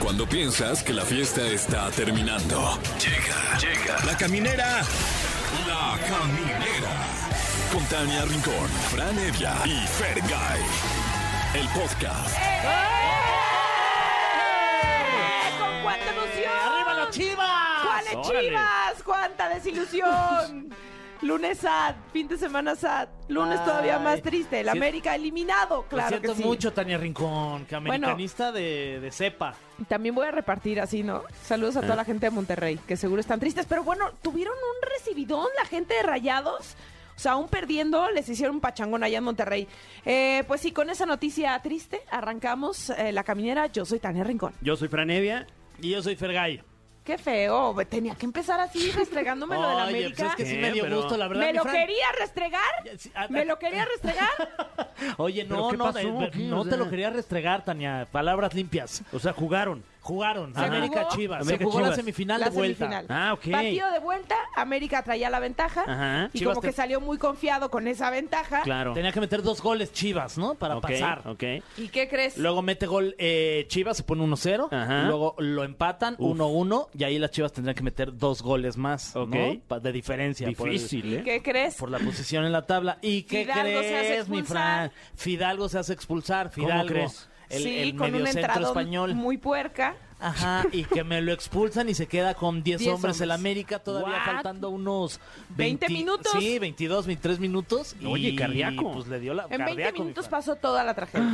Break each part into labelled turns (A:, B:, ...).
A: Cuando piensas que la fiesta está terminando. Llega, llega. La caminera. La caminera. Con Tania Rincón, Fran Evia y Fergay. El podcast.
B: ¡Eh! ¡Con cuánta emoción!
C: ¡Arriba los chivas!
B: ¡Cuáles
C: Órale.
B: chivas! ¡Cuánta desilusión! Lunes sad, fin de semana sad, lunes
C: Ay.
B: todavía más triste. El
C: Siento-
B: América eliminado,
C: Lo
B: claro que
C: siento
B: sí.
C: mucho, Tania Rincón, que
B: Bueno.
C: americanista de, de cepa.
B: También voy a repartir así, ¿no? Saludos a toda la gente de Monterrey, que seguro están tristes. Pero bueno, tuvieron un recibidón la gente de Rayados. O sea, aún perdiendo, les hicieron un pachangón allá en Monterrey. Eh, pues sí, con esa noticia triste, arrancamos eh, la caminera. Yo soy Tania Rincón.
D: Yo soy Franevia.
C: Y yo soy Fergay.
B: Qué feo, tenía que empezar así, restregándome lo de la
C: Oye,
B: América.
C: pues es que sí me
D: Eh,
C: dio
D: pero-
C: gusto, la verdad.
B: ¿Me
C: mi
B: lo
C: Fran.
B: quería restregar?
C: Ya, sí, a-
B: ¿Me
C: a-
B: lo quería restregar?
C: Oye, no,
D: ¿Pero qué
C: no,
D: pasó?
C: eh,
D: ¿O qué?
C: no
D: O
C: te
D: sea-
C: lo quería restregar, Tania. Palabras limpias.
D: O sea, jugaron.
C: Jugaron.
B: Se
C: América
B: jugó-
C: Chivas.
D: América
C: se jugó la
D: Chivas.
C: semifinal
B: La
C: de vuelta.
B: semifinal.
D: Ah, ok.
B: Partido de vuelta, América traía la ventaja
D: Ajá.
B: y
C: Chivas
B: como
C: te-
B: que salió muy confiado con esa ventaja.
D: Claro.
C: Tenía que meter dos goles Chivas, ¿no? Para
D: Ok,
C: pasar.
D: Ok.
B: ¿Y qué crees?
C: Luego mete gol eh, Chivas, se pone 1-0.
D: Ajá.
C: Luego lo empatan
D: Uf.
C: 1-1. Y ahí las Chivas tendrían que meter dos goles más. ¿no?
D: Ok.
C: Pa- De diferencia. por el-
D: Difícil, ¿eh?
B: ¿Qué crees?
C: por la posición en la tabla. ¿Y qué
B: Fidalgo se hace
C: crees, mi
B: expulsar.
C: Fran? Fidalgo se hace expulsar, Fidalgo.
D: crees?
C: El,
B: sí,
C: el
B: con un
C: mediocentro
B: entrado
C: español.
B: muy puerca.
C: Ajá, y que me lo expulsan y se queda con 10
B: Diez
C: hombres, el
B: hombres.
C: América, todavía
B: What?
C: faltando unos
B: 20 minutos.
C: Sí, 22, 23 minutos. y,
D: Oye, cardíaco.
C: Pues le dio la
B: En 20
C: cardíaco, mi
B: minutos
C: Fran.
B: pasó toda la tragedia.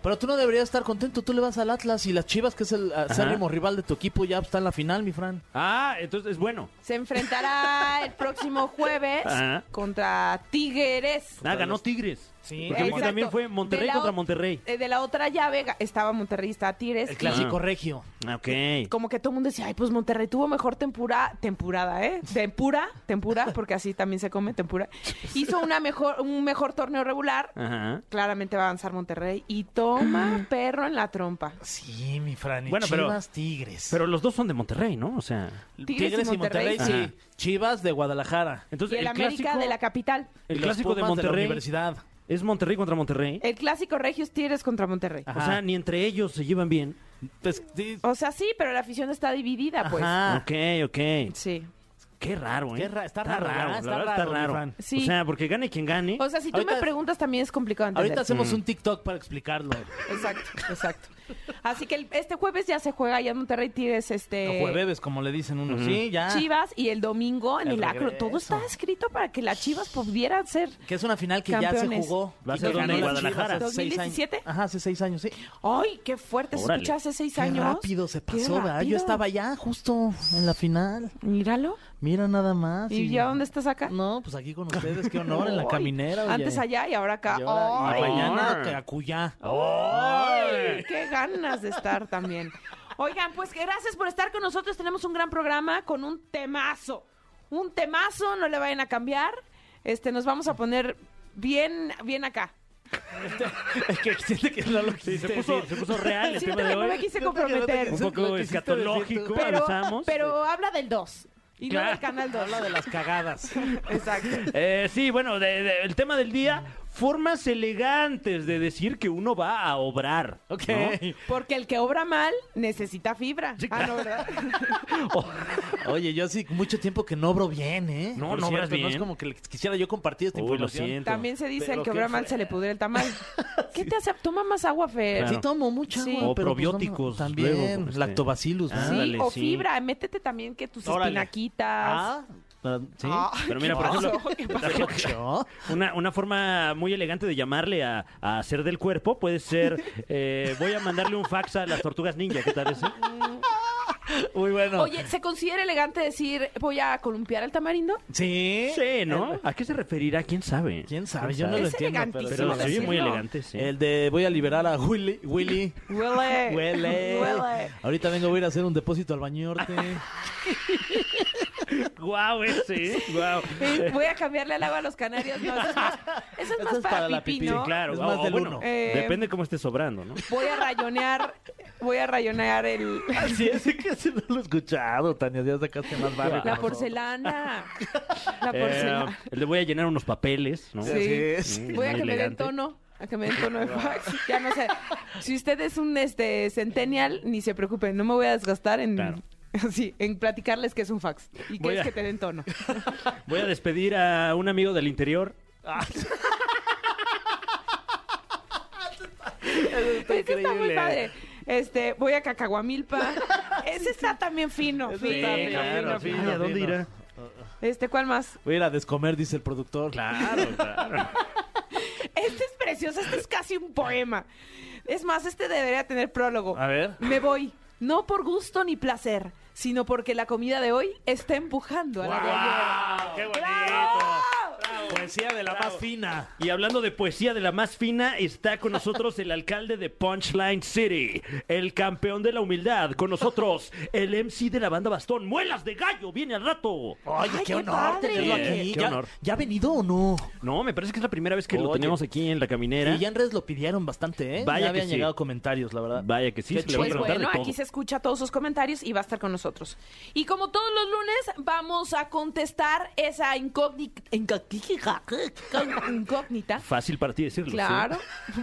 C: Pero tú no deberías estar contento, tú le vas al Atlas y las Chivas, que es el acérrimo rival de tu equipo, ya está en la final, mi Fran.
D: Ah, entonces es bueno.
C: Pues
B: Se enfrentará el próximo jueves
D: Ajá.
B: contra Tigres.
D: Ah, ganó Tigres.
C: Sí.
D: Porque
B: Exacto.
D: también fue
B: De
D: Monterrey
B: la
D: contra
B: o-
D: Monterrey.
B: eh, de la otra llave ga- estaba Monterrey, estaba Tigres.
C: El
B: y-
C: clásico
D: Ah.
C: regio.
D: Ok.
B: como que todo el mundo decía, ay, pues Monterrey tuvo mejor tempura, temporada, ¿eh? Tempura, tempura, porque así también se come tempura. Hizo una mejor, un mejor torneo regular.
D: Ajá.
B: Claramente va a avanzar Monterrey. Y toma perro en la trompa.
C: Sí, mi Fran. Y
D: Bueno, pero-
C: Chivas Tigres.
D: Pero los dos son de Monterrey, ¿no? O sea.
B: Tigres
C: Tigres,
B: y
C: y Monterrey,
B: Monterrey,
C: sí. Chivas de Guadalajara.
B: Y
D: Entonces,
B: el,
D: el,
B: América
D: clásico,
B: de la capital.
D: el
C: Y los
D: clásico de
C: Pumas la
D: Monterrey
C: universidad.
D: es Monterrey contra Monterrey.
B: El clásico Regios Tigres contra Monterrey.
C: Ajá.
D: O sea, ni entre ellos se llevan bien.
C: Pues, sí,
B: O sea, sí, pero la afición está dividida, pues.
C: Ajá. Ah.
D: Ok, ok.
B: Sí.
D: Qué raro, ¿eh?
C: Qué ra- está raro, ¿verdad?
D: la verdad está raro.
C: mi Fran.
B: Sí.
D: O sea, porque gane quien gane.
B: O sea, si tú
C: Ahorita-
B: me preguntas también es complicado entender.
C: ahorita
D: Mm.
C: hacemos un TikTok para explicarlo.
B: Exacto, exacto. Así que el- este jueves ya se juega ya Monterrey Tigres este
C: O jueves, como le dicen unos.
D: Ujú.
C: Sí, ya.
B: Chivas y el domingo en el,
C: El
B: Acro. Todo
C: regreso.
B: está escrito para que las Chivas pudieran ser.
C: Que es una final que ya se
B: Campeones.
C: jugó.
D: Va a
C: Y
D: ser
C: que ganó
D: en
C: las
D: Guadalajara.
C: Chivas hace seis años.
B: ¿2017?
C: Ajá, hace seis años, sí.
B: ¡Ay, qué fuerte! Se
D: Órale.
B: escuchó hace seis
C: Qué
B: años.
C: rápido se
B: Qué
C: pasó, ¿verdad? Yo
B: rápido.
C: estaba allá justo en la final.
B: Míralo.
C: Mira nada más.
B: ¿Y ya dónde estás acá?
C: Ah, No, pues aquí con ustedes. Qué honor, en la
B: Ay,
C: caminera. oye.
B: Antes allá y ahora acá.
C: Y ahora- y
B: ¡Ay!
C: mañana que acuyá.
B: Ay, ¡Qué ganas de estar también! Oigan, pues gracias por estar con nosotros. Tenemos un gran programa con un temazo. Un temazo, no le vayan a cambiar. Este, nos vamos a poner bien, bien acá.
C: Es que siente que no lo
D: Sí, se
C: quisiste
D: puso,
C: decir.
D: se puso real el
B: Siento
D: tema
B: que
D: de
B: no me
D: hoy.
B: quise
C: Siento que no te
B: comprometer.
D: Un
C: quise-
D: poco
C: Lo quisiste
D: escatológico,
C: decir
B: Pero,
D: avanzamos.
B: pero habla del 2 y
D: Claro.
B: no del canal 2.
C: Habla de las cagadas.
B: Exacto.
D: Eh, sí, bueno, de- de- el tema del día, formas elegantes de decir que uno va a obrar.
C: Ok.
D: ¿no?
B: Porque el que obra mal necesita fibra. Ah, no, ¿verdad?
C: Oye, yo sí mucho tiempo que no obro bien, ¿eh?
D: No,
C: Por
D: no obras
C: cierto, No es
D: bien.
C: como que le- quisiera yo compartir esta
D: Uy, lo
C: información.
D: siento.
B: También se dice
C: Pero
B: el que
C: qué
B: obra mal
C: fue-
B: se le pudre el tamal. ¿Qué te hace? Toma más agua, Fer.
D: Claro.
C: Sí tomo mucha
B: Sí.
C: agua,
D: O
C: pero pues,
D: probióticos,
C: no- también
D: luego, este.
C: lactobacillus,
D: Ah,
C: ¿no?
B: Sí,
D: Ándale,
B: o
D: sí.
B: fibra. Métete también que tus
C: Órale.
B: espinaquitas.
C: Ah, ah, sí.
B: Ah,
D: Pero mira,
B: ¿qué
D: por ejemplo,
B: pasó? ¿Qué pasó?
C: ¿Qué pasó?
D: Una, una forma muy elegante de llamarle a, a hacer del cuerpo puede ser, eh, voy a mandarle un fax a las tortugas ninja, ¿qué tal eso?
C: Muy bueno.
B: Oye, ¿se considera elegante decir voy a columpiar el tamarindo?
C: sí.
D: Sí, ¿no? ¿A qué se referirá? ¿Quién sabe?
C: ¿Quién sabe? Yo no lo
B: Es
C: entiendo.
B: elegantísimo
D: Pero se
B: Sí,
D: oye
B: sí,
D: muy
B: no.
D: elegante, sí.
C: El de voy a liberar a Willy. Willy.
B: Huele.
C: Huele.
B: Eh, Huele.
C: Ahorita vengo voy a ir a hacer un depósito al bañorte.
D: Guau, ese, ¿eh? guau.
B: Eh, Voy a cambiarle el agua a los canarios. No, eso es más, eso es
C: Eso
B: más
C: es
B: para,
C: para la
B: pipí,
C: pipí,
B: ¿no?
D: Claro,
C: Es
D: o-
C: más
D: o
C: del
D: bueno,
C: uno.
B: Eh,
D: depende cómo esté sobrando, ¿no?
B: Voy a rayonear, voy a rayonear el,
C: Así es, es que ese no lo he escuchado, Tania. Ya sacaste más barrio. que
B: la
C: nosotros.
B: porcelana. La
D: Eh,
B: porcelana.
D: le voy a llenar unos papeles, ¿no?
B: Sí.
C: así es.
D: Mm,
B: voy a
D: muy
B: que me den
D: elegante.
B: tono. a que me den tono de fax. Ya no sé. Si usted es un este centennial, ni se preocupe, no me voy a desgastar en
D: Claro.
B: sí, en platicarles que es un fax y que
D: Voy
B: es
D: a-
B: que te den tono.
D: Voy a despedir a un amigo del interior.
B: Ese está muy padre. Este, voy a Cacahuamilpa. Ese está también fino.
C: Ese
B: fino,
C: está
B: fino,
C: claro,
B: fino,
D: Ay,
C: fino.
B: fino.
D: ¿a dónde irá?
B: Este, ¿cuál más?
C: Voy a ir a descomer, dice el productor.
D: Claro, claro.
B: Este es precioso, este es casi un poema. Es más, este debería tener prólogo.
C: A ver.
B: Me voy, no por gusto ni placer, sino porque la comida de hoy está empujando a la de ayer.
D: ¡Qué bonito!
B: ¡Bravo!
C: Poesía de la
D: Bravo.
C: más fina.
D: Y hablando de poesía de la más fina, está con nosotros el alcalde de Punchline City, el campeón de la humildad. Con nosotros, el MC de la banda Bastón, Muelas de Gallo, viene al rato.
C: Oye,
B: Ay,
C: qué
B: qué
C: honor
B: padre.
C: tenerlo
D: Sí,
C: aquí.
D: qué
C: ¿Ya,
D: honor.
C: ¿Ya ha venido o no?
D: No, me parece que es la primera vez que lo
C: Oye.
D: tenemos aquí en la caminera.
C: Y ya en redes lo pidieron bastante, ¿eh? ya
D: Vaya que
C: habían
D: sí.
C: llegado comentarios, la verdad.
D: Vaya que sí,
C: Qué
D: se le va a
B: Pues
C: chido.
D: preguntar de
B: bueno,
D: todo.
B: aquí se escucha todos sus comentarios y va a estar con nosotros. Y como todos los lunes, vamos a contestar esa incógnita. Incógnita. incógnita.
D: Fácil para ti decirlo. ¿sí?
B: Claro,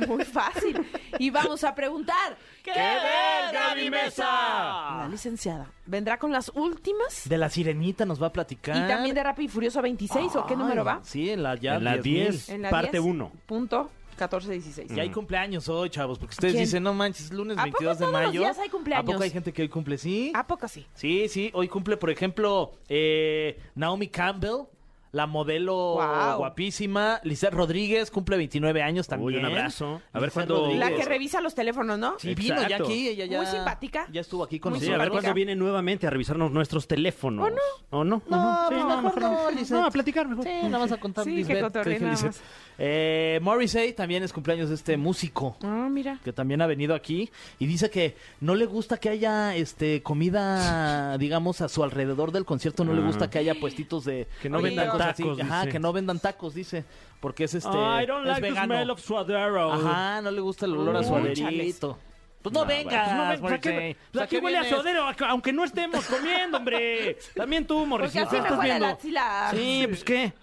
B: muy fácil. Y vamos a preguntar. ¿Qué
D: ver, Gaby Mesa?
B: La licenciada vendrá con las últimas
C: De la sirenita nos va a platicar.
B: y también de Rápido y Furioso 26, ¿o qué número va?
C: Sí, en la ya
D: En la
C: 10.000.
B: En la
D: Parte
B: 10,
D: uno. Mm.
B: Punto 1416.
C: Y hay cumpleaños hoy, chavos, porque ustedes
B: ¿Quién?
C: dicen, no manches, lunes
B: ¿A poco
C: 22 de
B: todos los
C: mayo.
B: días hay cumpleaños?
C: ¿A poco hay gente que hoy cumple, sí?
B: ¿A poco sí?
C: Sí, sí, hoy cumple, por ejemplo, eh, Naomi Campbell, la modelo
B: Guau.
C: guapísima. Lizeth Rodríguez cumple 29 años
D: Uy,
C: también.
D: un abrazo. A ver
C: Lizeth
D: cuándo.
B: La que
C: Rodríguez.
B: revisa los teléfonos, ¿no?
C: Sí, vino ya
D: Exacto.
C: aquí, ella ya.
B: Muy simpática.
C: Ya estuvo aquí con
B: Muy
D: Sí, a
C: nosotros.
D: ver cuándo
B: simpática.
D: viene nuevamente a revisarnos nuestros teléfonos.
B: ¿O no?
D: ¿O no?
C: No,
D: Ujú.
C: pues mejor no, Lizeth.
D: No, a platicar mejor.
C: Sí, nada más a contar
B: Sí, que
C: Lisbeth,
B: cotorree
C: dije
B: nada
C: Lisbeth.
B: más.
C: Eh, Morrissey también es cumpleaños de este músico
B: Ah, mira.
C: que también ha venido aquí y dice que no le gusta que haya este comida digamos a su alrededor del concierto no le
D: Ah.
C: gusta que haya puestitos de
D: Que no
C: de
B: vendan
C: así.
D: tacos,
C: ajá,
D: dice.
C: que no vendan tacos dice porque es este
D: Ah, I don't
C: es
D: like the
C: vegano.
D: smell of suadero.
C: ajá no le gusta el olor a
D: Uy,
C: suaderito pues no,
D: Ah, bueno.
C: vengas
D: Pues no vengas,
C: Morrissey.
D: ¿a qué-
C: Pues,
D: pues
C: ¿a
D: aquí
C: qué
D: huele a
C: vienes?
D: suadero, ac- aunque no estemos comiendo, hombre. También tú,
B: Porque
D: Morrissey,
B: así
D: ¿qué
B: me
D: estás
B: fue la
D: viendo?
C: Ah,
B: Latzila.
D: Sí, pues qué.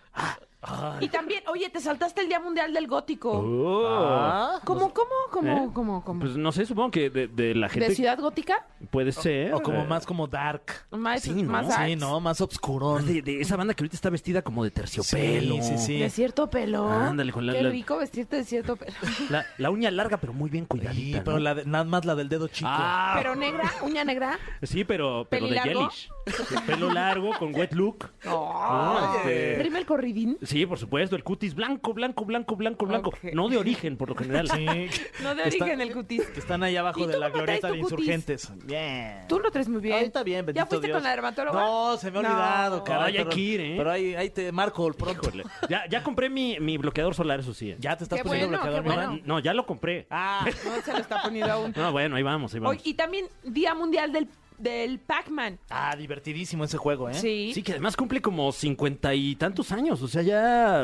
B: Y también, oye, te saltaste el Día Mundial del Gótico.
D: Oh.
C: Ah,
B: ¿Cómo, cómo, cómo,
D: ¿Eh?
B: cómo, cómo?
D: Pues no sé, supongo que de, de la gente
B: ¿De Ciudad Gótica?
D: puede ser.
C: o como
D: eh,
C: más como dark
B: Más,
D: Sí, ¿no?
B: más
C: sí
B: arts.
C: no más obscurón
D: De, de esa banda que ahorita está vestida como de terciopelo.
C: Sí, sí, sí.
B: De cierto pelo.
D: Ándale, con la-
B: Qué
D: la-
B: rico vestirte de cierto pelo.
D: La, la uña larga, pero muy bien
C: Sí,
D: cuidadita.
C: pero
D: ¿no?
C: la de- nada más la del dedo chico.
D: Ah,
B: Pero negra, uña negra.
D: sí, pero, pero de
B: ¿Pelilargo?
D: Yelish. Pelo largo, con wet look.
B: No.
D: este-
B: Rime el corridín.
D: Sí, por supuesto, el cutis blanco, blanco, blanco, blanco, blanco.
B: Ok.
D: No de origen, por lo general.
B: No de
C: Está-
B: origen el cutis.
C: Que están ahí
B: ¿Y
C: abajo
B: tú
C: de la
B: cómo traes
C: glorieta
B: tu
C: de
B: cutis?
C: insurgentes. Bien.
B: Tú lo traes muy bien.
C: Ahorita bien, bendito
B: ¿Ya fuiste
C: Dios.
B: con la dermatóloga?
C: No, se me ha
B: No.
C: olvidado, caray.
D: Ay, hay
C: pero-
D: que ir, ¿eh?
C: Pero ahí, ahí te marco el pronto.
D: Híjole. Ya, ya compré mi, mi bloqueador solar, eso sí. eh.
C: Ya te estás
B: Qué
C: poniendo
B: bueno,
C: bloqueador,
B: qué
C: mi
B: bueno.
C: hermano.
D: No, ya lo compré.
C: Ah,
B: No se lo está poniendo aún.
D: No, bueno, ahí vamos, ahí vamos.
B: Oye, y también Día Mundial del, del Pac-Man.
C: ah, divertidísimo ese juego, ¿eh?
B: Sí.
D: Sí, que además cumple como cincuenta y tantos años, o sea, ya,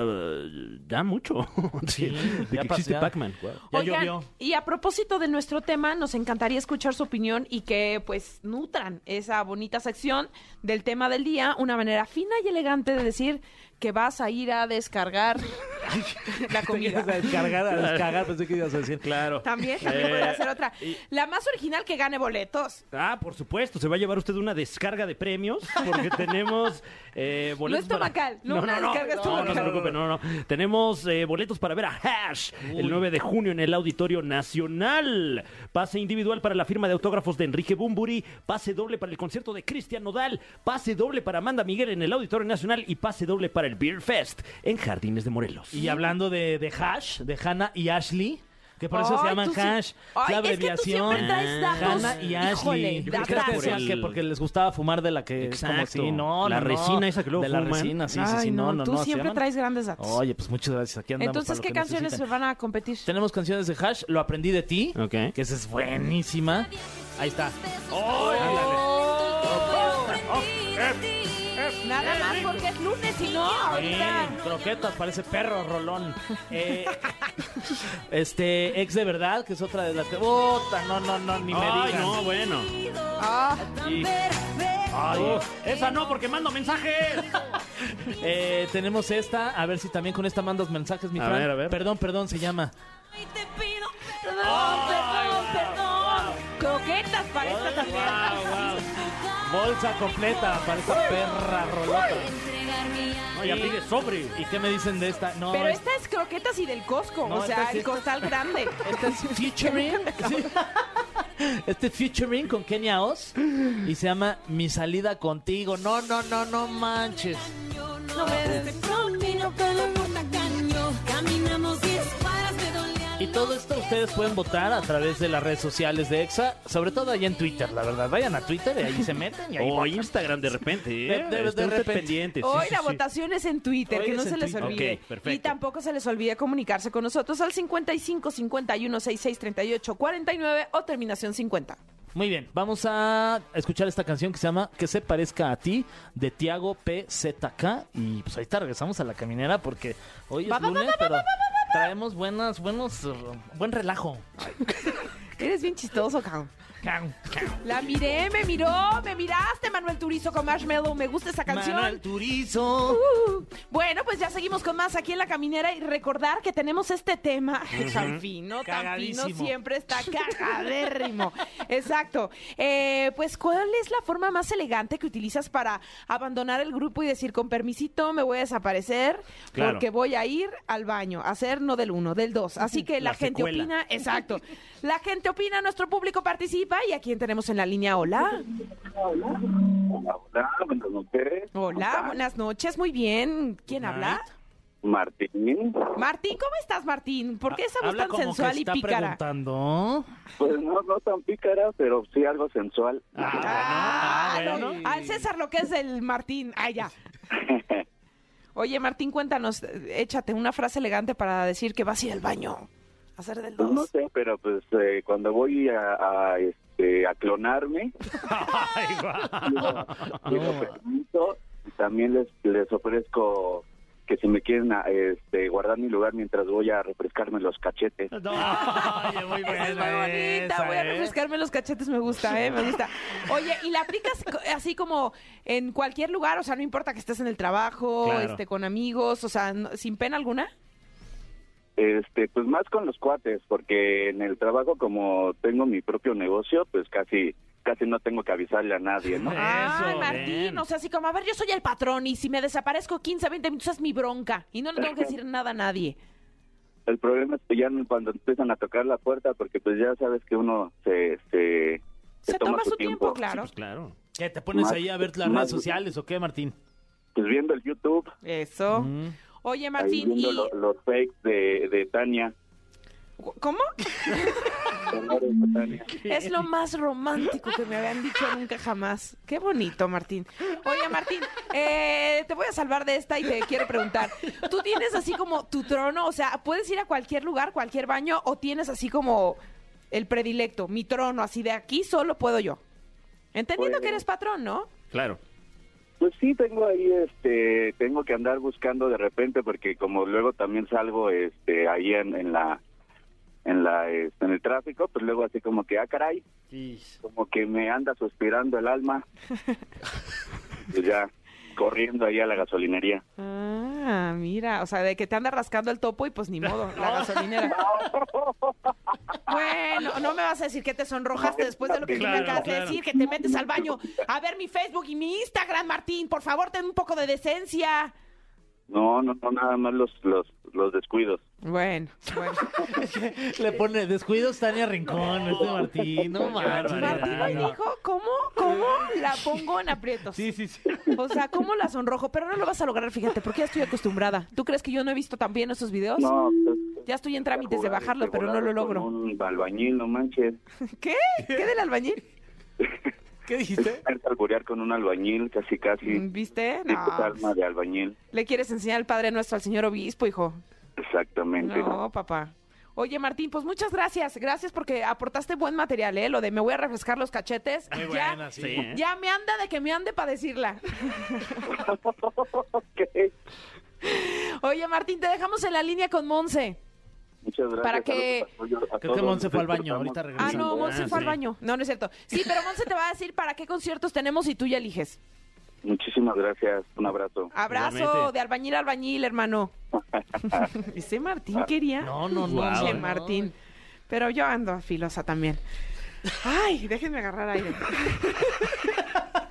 D: ya mucho
C: Sí,
D: de, de
C: ya
D: que
C: pasó,
D: existe
C: ya.
D: Pac-Man. Guau.
C: Ya
B: Oigan,
C: llovió.
B: y a propósito de nuestro tema, nos encantaría escuchar su opinión y que pues nutran esa bonita sección del tema del día, una manera fina y elegante de decir que vas a ir a descargar la
C: Te ibas
B: comida.
C: a descargar, a descargar, pensé que ibas a decir.
D: Claro.
B: También, también podría
D: Eh,
B: ser otra.
D: y-
B: La más original que gane boletos.
D: Ah, por supuesto, se va a llevar usted una descarga de premios porque tenemos eh, boletos. para-
B: estomacal, no, una
D: no,
B: descarga
D: no,
B: estomacal.
D: No, se preocupe, no, no. Tenemos eh, boletos para ver a Hash el 9 de junio en el Auditorio Nacional. Pase individual para la firma de autógrafos de Enrique Bumburi. Pase doble para el concierto de Cristian Nodal. Pase doble para Amanda Miguel en el Auditorio Nacional. Y pase doble para el Beer Fest en Jardines de Morelos.
C: Y hablando de, de Hash, de Hannah y Ashley, que por eso se
B: Ay,
C: llaman
B: tú sí-
C: Hash,
B: Ay,
C: es la
B: es que tú
C: abreviación.
B: siempre traes datos,
C: Hannah y
B: híjole,
C: Ashley.
D: creo que era
C: ¿Ustedes
D: por
C: decían
D: el-
C: que porque les gustaba fumar de la que es como
D: Exacto.
C: si no,
D: La
C: no, no.
D: resina esa que luego
C: de la
D: fuman.
C: resina, sí, sí,
B: Ay,
C: sí, no, no,
B: tú
C: no, ¿se
B: siempre
C: llaman?
B: traes grandes datos.
C: Oye, pues muchas gracias. Aquí andamos para
B: Entonces,
C: lo
B: ¿qué
C: que
B: canciones se
C: necesitan.
B: van a competir?
C: Tenemos canciones de Hash, Lo aprendí de ti,
B: Ah.
D: Ok.
C: que esa es buenísima. Ahí está.
B: Nada más porque es lunes y no, ahorita.
C: Bien, croquetas, parece perro rolón. Eh, este, ex de verdad, que es otra de las que. Puta, no, no, no, ni me
D: Ay,
C: digas.
D: no, bueno.
B: Ah,
C: Y-
D: Ay, uf, esa no, porque mando mensajes.
C: Eh, tenemos esta, a ver si también con esta mandas mensajes, mi
D: A
C: Fran.
D: ver, a ver.
C: Perdón, perdón, se llama.
B: perdón, perdón, perdón. Croquetas para esta también.
C: Bolsa completa para esta perra rolota.
D: No, ya pide sobre.
C: ¿Y qué me dicen de esta? No, este
B: Pero
C: es-
B: esta es croquetas y del Costco,
C: No,
B: o sea,
C: esta sí
B: el
C: está-
B: costal grande.
C: Este es featuring. sí. Este featuring con Kenia Oz y se llama Mi salida contigo. No, no, no, no manches.
B: No me des-
C: Y todo esto ustedes pueden votar a través de las redes sociales de EXA, sobre todo allá en Twitter, la verdad. Vayan a Twitter y ahí se meten y ahí
D: O
C: votan.
D: Instagram de repente,
C: De-
D: ¿eh?
C: de- de
D: Esté usted
C: repente.
D: pendiente. sí,
B: Hoy
D: sí,
B: la
D: sí.
B: votación es en Twitter,
C: Hoy
B: que no
C: es en
B: se les
C: Twitter.
B: olvide.
D: Ok, perfecto.
B: Y tampoco se les olvide comunicarse con nosotros al 55 51 66 38 49 o terminación 50.
C: Muy bien, vamos a escuchar esta canción que se llama Que se parezca a ti de Tiago PZK y pues ahorita regresamos a la caminera porque hoy es
B: Va, va, va,
C: lunes,
B: va, va,
C: pero
B: va, va,
C: traemos buenas buenos eh, buen relajo.
B: Eres bien chistoso, cabrón.
C: Can, can.
B: La miré, me miró, me miraste, Manuel Turizo con Marshmallow. Me gusta esa canción.
C: Manuel Turizo.
B: Uh, bueno, pues ya seguimos con más aquí en La Caminera y recordar que tenemos este tema tan fino, tan fino,
C: Cagadísimo.
B: siempre está cagadérrimo. Exacto. Eh, pues, ¿cuál es la forma más elegante que utilizas para abandonar el grupo y decir, con permisito, me voy a desaparecer
D: Claro.
B: porque voy a ir al baño, a hacer no del uno, del dos? Así que la,
D: La
B: gente
D: secuela.
B: opina, exacto. La gente opina, nuestro público participa y a quién tenemos en la línea, hola.
E: Hola, hola, buenas noches.
B: Hola, buenas noches, muy bien. ¿Quién habla?
E: Martín.
B: Martín, ¿cómo estás, Martín? ¿Por qué esa voz
C: Habla
B: tan
C: como
B: sensual
C: que
B: y
C: está
B: pícara?
C: preguntando.
E: Pues no, no tan pícara, pero sí algo sensual.
B: Ah,
C: Ah,
B: no,
C: bueno.
B: Al César lo que es el Martín. Ah, ya. Oye, Martín, cuéntanos, eh, échate una frase elegante para decir que vas a ir al baño. a Hacer del
E: Pues no
B: dos.
E: sé, pero pues eh, cuando voy a, a, este, a clonarme,
D: Ay, guau.
E: pido- pido permiso. y también les, les ofrezco que si me quieren a- este, guardar mi lugar mientras voy a refrescarme los cachetes.
C: No, oye, muy
B: Esa es muy
C: buena
B: bonita,
C: esa,
B: voy a
C: ¿eh?
B: refrescarme los cachetes, me gusta, eh, me gusta. Oye, ¿y la aplicas co- así como en cualquier lugar? O sea, no importa que estés en el trabajo,
D: Claro.
B: este, con amigos, o sea, no- sin pena alguna.
E: Este, pues más con los cuates, porque en el trabajo como tengo mi propio negocio, pues casi casi no tengo que avisarle a nadie, ¿no?
B: Ay,
C: Eso,
B: Martín,
D: bien.
B: o sea, así como, a ver, yo soy el patrón y si me desaparezco 15, 20 minutos es mi bronca y no le tengo que decir nada a nadie.
E: El problema es que ya no- cuando empiezan a tocar la puerta, porque pues ya sabes que uno se, este, se,
B: Se toma su tiempo, claro.
D: Pues claro.
C: ¿Qué, ¿Te pones
E: Más-
C: ahí a ver las redes
E: más-
C: sociales o qué, Martín?
E: Pues viendo el YouTube,
B: Eso. Oye,
E: ahí
B: Martín,
E: viendo
B: ¿y
E: lo- los fakes de, de Tania.
B: cómo?
E: Dolores de Tania.
B: Es lo más romántico que me habían dicho nunca jamás. Qué bonito, Martín. Oye, Martín, eh, te voy a salvar de esta y te quiero preguntar. ¿Tú tienes así como tu trono? O sea, ¿puedes ir a cualquier lugar, cualquier baño o tienes así como el predilecto, mi trono, así de aquí solo puedo yo? Entendiendo que
E: Pues-
B: eres patrón, ¿no?
D: Claro.
E: Pues sí, tengo ahí, este, tengo que andar buscando de repente, porque como luego también salgo, este, ahí en, en la, en la, este, en el tráfico, pues luego así como que, ah, caray, como que me anda suspirando el alma. Pues ya, corriendo ahí a la gasolinería.
B: Ah, mira, o sea, de que te anda rascando el topo y pues ni modo, la gasolinera. Bueno, no me vas a decir que te sonrojaste después de lo que tú me
D: Claro,
B: acabas de
D: claro.
B: decir, que te metes al baño a ver mi Facebook y mi Instagram, Martín, por favor, ten un poco de decencia.
E: No, no, no, nada más los, los, los descuidos.
B: Bueno, bueno.
C: Le pone descuidos Tania Rincón, este Martín. No, manches.
B: Martín hoy
C: no.
B: dijo, ¿cómo, cómo la pongo en aprietos?
C: Sí, sí, sí.
B: O sea, ¿cómo la sonrojo? Pero no lo vas a lograr, fíjate, porque ya estoy acostumbrada. ¿Tú crees que yo no he visto también esos videos?
E: No, pues,
B: Ya estoy en Oh, trámites de
E: jugar,
B: bajarlo,
E: este,
B: pero no
E: jugar
B: lo
E: con
B: logro.
E: Un albañil, no manches.
B: ¿Qué? ¿Qué del albañil?
C: ¿Qué dijiste?
E: Es alburear con un albañil, casi, casi.
B: ¿Viste?
E: Y pues,
B: Mm, No.
E: alma de albañil.
B: Le quieres enseñar al Padre Nuestro al señor obispo, hijo.
E: Exactamente.
B: No, papá. Oye, Martín, pues muchas gracias. Gracias porque aportaste buen material, ¿eh? Lo de me voy a refrescar los cachetes.
C: Muy
B: ya,
C: buena, sí.
D: Sí, ¿eh?
B: ya me anda de que me ande para decirla.
E: Ok.
B: Oye, Martín, te dejamos en la línea con Monse.
E: Muchas gracias.
B: Para que-
E: Saludos a todos.
C: Creo que Monse fue al baño,
E: Disfrutamos.
C: ahorita regresa.
B: Ah, no, Monse
D: Ah,
B: fue al
D: sí.
B: baño. No, no es cierto. Sí, pero Monse te va a decir para qué conciertos tenemos y tú ya eliges.
E: Muchísimas gracias. Un abrazo.
B: Abrazo
D: Igualmente.
B: de albañil a albañil, hermano. Ese Martín quería.
C: No, no, no.
D: Wow.
B: Che,
D: no.
B: Martín. Pero yo ando filosa también. Ay, déjenme agarrar aire.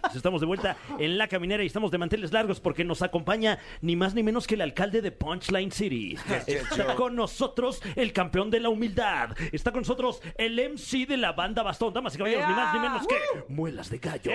D: Pues Estamos de vuelta en La Caminera y estamos de manteles largos porque nos acompaña ni más ni menos que el alcalde de Punchline City. Está con nosotros el campeón de la humildad. Está con nosotros el MC de la banda Bastón. Damas y caballeros, ni más ni menos que Muelas de Gallo.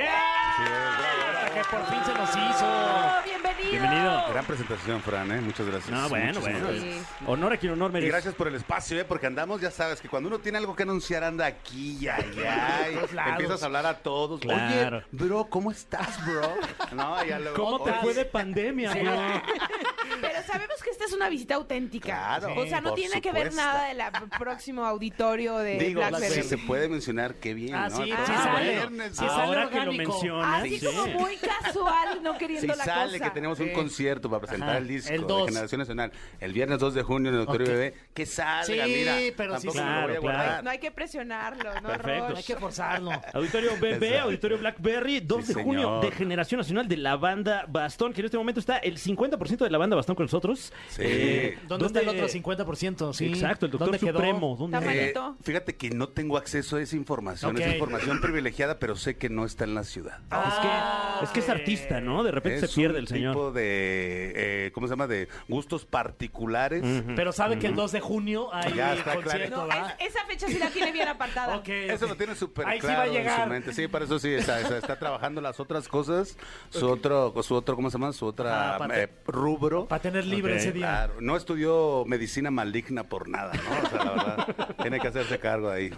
C: Que por fin se nos
B: Oh,
C: hizo.
B: bienvenido.
D: Bienvenido.
F: Gran presentación, Fran, ¿eh? Muchas gracias.
D: No, bueno,
F: Muchísimas
D: bueno.
F: gracias.
D: Honor a quien honor
F: Y
D: merece.
F: gracias por el espacio, ¿eh? Porque andamos, ya sabes, que cuando uno tiene algo que anunciar, anda aquí y allá. y empiezas a hablar a todos.
D: Claro.
F: Oye, bro, ¿cómo estás, bro? No, ya luego,
D: ¿Cómo te
F: oye,
D: fue de pandemia, bro?
B: Pero sabemos que esta es una visita auténtica.
F: Claro,
B: o sea, no
F: por
B: tiene que ver
F: supuesto.
B: nada del próximo auditorio de
F: Digo, si
B: Blackberry.
F: se puede mencionar, qué bien,
C: Ah,
F: ¿no?
C: sí,
F: El
C: sí
F: próximo
C: sale.
F: viernes,
C: Sí
F: ¿no?
C: sale.
D: Ahora que lo
C: orgánico. Ah,
D: mencionas.
B: Así
F: sí.
B: como muy casual, no
F: Si
B: queriendo la
F: sale
B: cosa.
F: que tenemos un concierto para presentar
C: Ajá,
F: el disco
C: el dos.
F: de Generación Nacional el viernes 2 de junio en el Auditorio
C: Ok.
F: Bebé, que salga,
C: Sí,
F: mira.
C: pero sí
F: tampoco me
D: sale.
F: lo voy a
D: Claro,
F: guardar.
D: claro.
B: No hay que presionarlo, no
D: Perfecto.
C: No hay
B: Roch?
C: que forzarlo.
D: Auditorio BB,
F: Exacto.
D: Auditorio Blackberry, 2
F: Sí,
D: de junio
F: señor.
D: de Generación Nacional de la banda Bastón, que en este momento está el 50% de la banda Bastón con nosotros. Eh,
F: Sí.
C: ¿Dónde, está el otro 50%? Sí.
D: Exacto, el doctor
C: ¿Dónde quedó?
D: supremo. ¿dónde?
B: Está mal.
F: Eh,
B: Manito.
F: fíjate que no tengo acceso a esa información.
C: Ok.
F: Es información privilegiada, pero sé que no está en la ciudad.
D: Ah, es que es artista, ¿no? De repente
F: es
D: se pierde
F: un
D: el señor.
F: tipo de, eh, ¿cómo se llama? De gustos particulares.
C: Pero sabe que el 2 de junio hay
F: Ya está
C: concierto,
B: No,
C: ¿va?
B: es- esa fecha sí la tiene bien apartada.
C: Ok,
F: Eso
C: ok.
F: lo tiene súper
C: Ahí sí va
F: claro
C: a
F: en
C: llegar.
F: su mente. Sí, para eso sí, está, está- está trabajando las otras cosas, su otro, su otro, ¿cómo se llama? Su otra
C: Ah, para-
F: eh, rubro.
C: Para tener libre
D: Ok.
C: ese día.
F: Claro, no estudió medicina maligna por nada, ¿no? O sea, la verdad, tiene que hacerse cargo de ahí.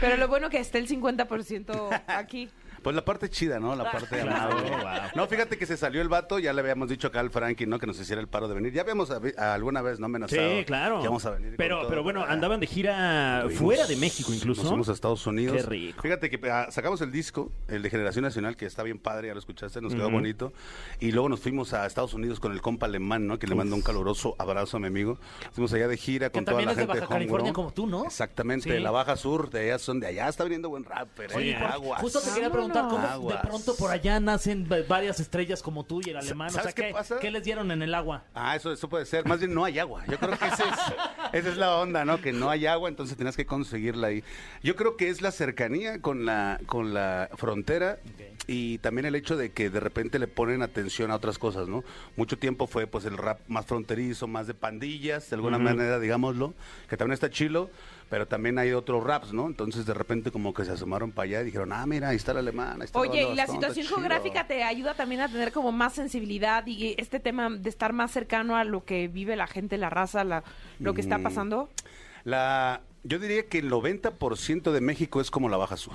B: Pero lo bueno que esté el 50% aquí.
F: Pues la parte chida, ¿no? La parte amable. No, fíjate que se salió el vato, ya le habíamos dicho acá al Frankie, ¿no? Que nos hiciera el paro de venir. Ya habíamos avi- alguna vez, ¿no? Amenazado.
D: Sí, claro.
F: Que vamos a venir. con
D: pero,
F: todo
D: pero bueno,
F: para allá.
D: andaban de gira
F: Fuimos-
D: fuera de México incluso.
F: Nos fuimos a Estados Unidos.
D: Qué rico.
F: Fíjate que ah, sacamos el disco, el de Generación Nacional, que está bien padre, ya lo escuchaste, nos quedó bonito. Y luego nos fuimos a Estados Unidos con el compa alemán, ¿no? Que le mando un caluroso abrazo a mi amigo. Fuimos allá de gira
C: Que
F: con toda
C: también
F: la
C: es de
F: gente
C: Baja California
F: homegrown.
C: como tú, ¿no?
F: Exactamente,
C: Sí.
F: de la Baja Sur, de allá son de allá. Está viniendo buen rapper, eh,
C: Oye, por-
F: aguas.
C: justo te quería preguntar cómo
F: Aguas.
C: de pronto por allá nacen va- varias estrellas como tú y el alemán. O sea,
F: ¿sabes qué
C: ¿qué,
F: pasa?
C: qué les dieron en el agua?
F: Ah, eso, eso puede ser. Más bien no hay agua. Yo creo que ese es- esa es la onda, ¿no? Que no hay agua, entonces tienes que conseguirla ahí. Yo creo que es la cercanía con la, con la frontera y también el hecho de que de repente le ponen atención a otras cosas, ¿no? Mucho tiempo fue pues el rap más fronterizo, más de pandillas, de alguna manera, digámoslo, que también está chilo. Pero también hay otros raps, ¿no? Entonces de repente como que se asomaron para allá y dijeron, ah, mira, ahí está el alemán, ahí está el
B: Oye, y la
F: Bastón, está
B: situación
F: chido".
B: geográfica te ayuda también a tener como más sensibilidad y este tema de estar más cercano a lo que vive la gente, la raza, la, lo que
F: Mm.
B: está pasando.
F: La, yo diría que el 90% de México es como la Baja Sur.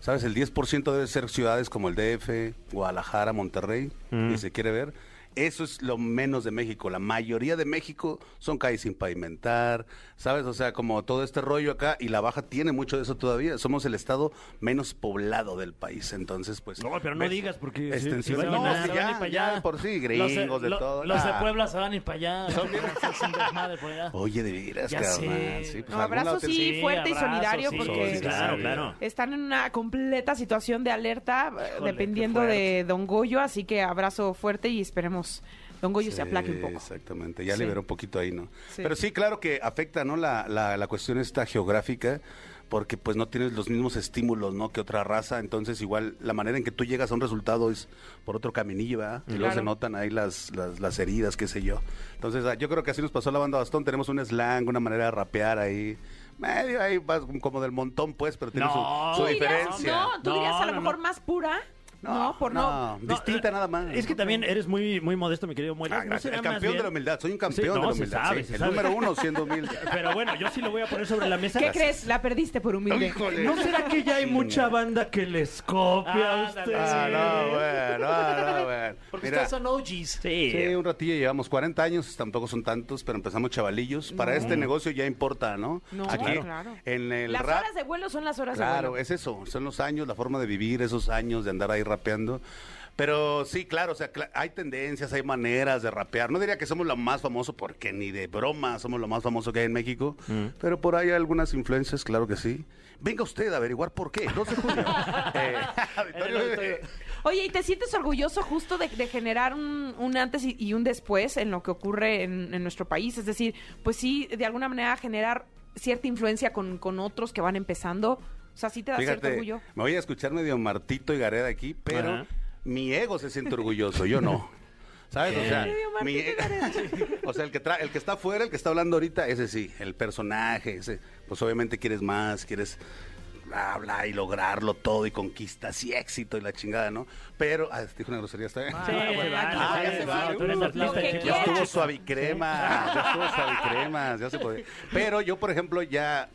F: ¿Sabes? El 10% debe ser ciudades como el DF, Guadalajara, Monterrey,
D: Mm.
F: si se quiere ver. Eso es lo menos de México. La mayoría de México son calles sin pavimentar, ¿sabes? O sea, como todo este rollo acá, y la Baja tiene mucho de eso todavía. Somos el estado menos poblado del país, entonces, pues...
D: No, pero no
F: ves
D: digas porque se-
F: extensiones.
D: se van
F: No,
D: a-
F: sí,
D: se van a ir
F: ya,
D: para allá.
F: ya, de por sí,
C: Los de-
F: gringos de
C: lo-
F: todo.
C: Los de
F: Ah.
C: Puebla se van a ir para allá. Es un desmadre por allá.
F: Oye, de veras,
C: Ya
F: carnal.
C: sé.
F: Sí, pues,
B: No,
F: alguna
B: abrazo
F: otra-
B: sí,
C: Sí,
B: fuerte
C: abrazo,
B: y solidario
C: sí,
B: porque
F: sí,
D: Claro, claro.
B: están en una completa situación de alerta eh,
C: Híjole,
B: dependiendo
C: qué
B: de Don Goyo, así que abrazo fuerte y esperemos Don Goyo se aplaque un
F: Sí,
B: poco.
F: Exactamente, ya
B: Sí.
F: liberó un poquito ahí, ¿no?
B: Sí.
F: Pero sí, claro que afecta, ¿no? La, la, la cuestión esta geográfica, porque pues no tienes los mismos estímulos, ¿no? Que otra raza, entonces igual la manera en que tú llegas a un resultado es por otro caminillo, ¿verdad? Y luego
B: Claro.
F: se notan ahí las, las, las heridas, qué sé yo. Entonces ah, yo creo que así nos pasó a la banda Bastón, tenemos un slang, una manera de rapear ahí. Medio ahí vas como del montón, pues, pero tiene su-
D: No.
F: su,
B: Tú dirás,
F: diferencia.
B: no, tú
D: No,
B: dirías a lo
D: no,
B: mejor
D: no.
B: más pura, no, por no.
D: No,
F: distinta
D: eh,
F: nada más.
D: Es que también eres muy, muy modesto, mi querido Muelas.
F: Ah,
D: ¿No
F: gracias.
D: será
F: el
D: más
F: campeón de
D: bien-
F: la humildad, soy un campeón
D: Sí, no,
F: de la
D: se
F: humildad.
D: sabe,
F: sí.
D: se
F: el
D: sabe.
F: número uno siendo humilde.
D: Pero bueno, yo sí lo voy a poner sobre la mesa.
B: ¿Qué crees? La perdiste por humilde.
F: Híjole.
D: ¿No será que ya hay mucha banda que les copia a
C: Ándale,
D: ustedes?
F: Ah, no, bueno, ah, no, bueno.
C: Porque
F: Mira,
C: ustedes son OGs.
D: Sí.
F: sí, un ratillo llevamos 40 años, tampoco son tantos, pero empezamos chavalillos. Para este negocio ya importa, ¿no?
B: No,
F: Aquí,
B: claro.
F: en el
B: Las
F: rap.
B: horas de vuelo son las horas de
F: Claro,
B: vuelo.
F: es eso, son los años, la forma de vivir, esos años de andar ahí rapeando. Pero sí, claro, o sea, cla- hay tendencias, hay maneras de rapear. No diría que somos lo más famoso porque ni de broma somos lo más famoso que hay en México, pero por ahí hay algunas influencias, claro que sí. Venga usted a averiguar por qué, 12 de junio. Eh, Auditorio BBB.
B: Oye, ¿y te sientes orgulloso justo de, de generar un, un antes y, y un después en lo que ocurre en, en nuestro país? Es decir, pues sí, de alguna manera generar cierta influencia con, con otros que van empezando? O sea, sí te da cierto
F: Fíjate,
B: orgullo.
F: me voy a escuchar medio Martito y Gareda aquí, pero
D: Ajá.
F: mi ego se siente orgulloso, yo no. ¿Sabes? O sea, mi e- o sea, el que tra- el que está afuera, el que está hablando ahorita, ese sí, el personaje, ese, pues obviamente quieres más, quieres hablar y lograrlo todo y conquistas y éxito y la chingada, ¿no? Pero, ah, dije una grosería, está bien.
D: Sí,
C: Ah,
D: se
C: bueno,
D: pues, vale,
F: ah,
D: se
F: ese
D: vale,
F: vale.
D: Tú eres
B: Lo
D: artista,
B: que
D: chico.
F: Ya estuvo
B: quieras.
F: suavicrema, ya estuvo suavicremas, ya se podía. Pero yo, por ejemplo, ya,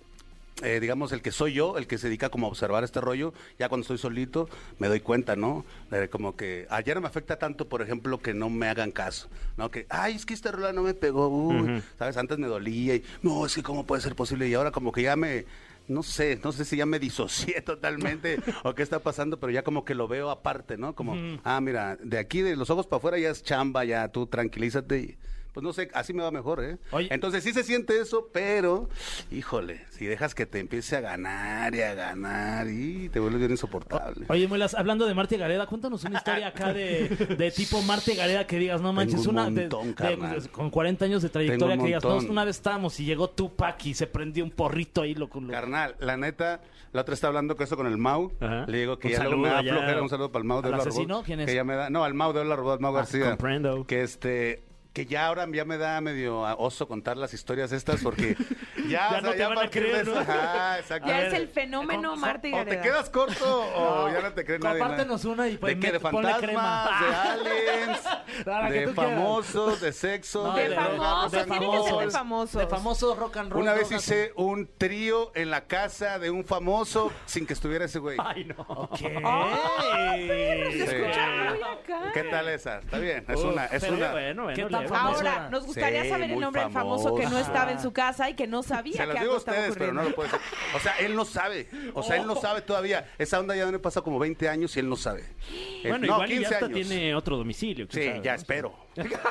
F: eh, digamos, el que soy yo, el que se dedica como a observar este rollo, ya cuando estoy solito, me doy cuenta, ¿no? Eh, como que ayer me afecta tanto, por ejemplo, que no me hagan caso, ¿no? Que, ay, es que esta rola no me pegó, uy", ¿sabes? Antes me dolía y, no, es que cómo puede ser posible. Y ahora como que ya me... No sé, no sé si ya me disocié totalmente o qué está pasando, pero ya como que lo veo aparte, ¿no? Como, ah, mira, de aquí, de los ojos para afuera ya es chamba, ya tú tranquilízate y pues no sé, así me va mejor, ¿eh?
C: Oye.
F: Entonces sí se siente eso, pero, híjole, si dejas que te empiece a ganar y a ganar y te vuelves bien insoportable.
D: Oh.
C: Oye, Muelas, hablando de Marte Gareda, cuéntanos una historia acá de, de tipo Marte Gareda que digas, no manches,
F: Tengo un
C: una de-
F: montón,
C: de-
F: carnal.
C: con 40 años de trayectoria
F: Tengo
C: que
F: un
C: digas, no,
F: montón.
C: una vez estábamos y llegó Tupac y se prendió un porrito ahí, loco. loco.
F: Carnal, la neta, la otra está hablando con eso con el Mau.
D: Ajá.
F: Le digo que
D: Un
F: ya luego me
D: saludo
F: da
D: allá.
F: flojera. Un saludo para el Mau de
C: ¿Al
F: Ola
C: asesino?
F: Robot,
C: ¿Quién es?
F: Que ya me da, no, al Mau de Ola Robot, Mau García.
D: Ah, comprendo.
F: Que este. Que ya ahora ya me da medio a- oso contar las historias estas porque ya,
D: Ya
F: o sea,
D: no te van a
F: partir de
D: creer, ¿no?
F: eso- Ajá, exacto.
B: Ya es el fenómeno Marta y
F: O te
B: Gareda.
F: quedas corto o ya no te cree nadie.
C: Compártenos
F: nada.
C: una y
F: ¿De qué?
C: ponme-
F: ¿De
C: ponle
F: fantasmas?
C: crema.
F: ¿De aliens?
C: Ah, la que
F: ¿De
C: tú quieras.
F: famosos? ¿De sexo?
C: No,
B: De
C: de-
B: famosos,
C: de
B: tiene que ser de
C: famosos.
B: famosos.
C: De famoso rock and roll.
F: Una vez
C: drogas.
F: hice un trío en la casa de un famoso sin que estuviera ese güey.
D: Ay, no.
C: ¿Qué?
D: Ah,
F: Sí.
B: Se escucha muy acá.
F: ¿Qué tal esa? Está bien, es
D: Uf,
F: una, es
D: pero
F: una.
D: Bueno, bueno,
C: ¿Qué tan
D: leve.
C: famoso?
B: Ahora, nos gustaría
F: Sí,
B: saber el
F: muy
B: nombre del famoso que no
F: famosa.
B: estaba en su casa y que no sabía
F: Se
B: que
F: los
B: algo
F: digo a
B: estaba
F: ustedes, pero no
B: ocurriendo.
F: lo puede decir. O sea, él no sabe. O sea, él no sabe todavía. Esa onda ya me pasa como 20 años y él no sabe. Eh,
D: Bueno,
F: no,
D: igual y ya
F: 15
D: hasta
F: años.
D: tiene otro domicilio. quién
F: Sí,
D: sabe,
F: ya
D: ¿no?
F: espero.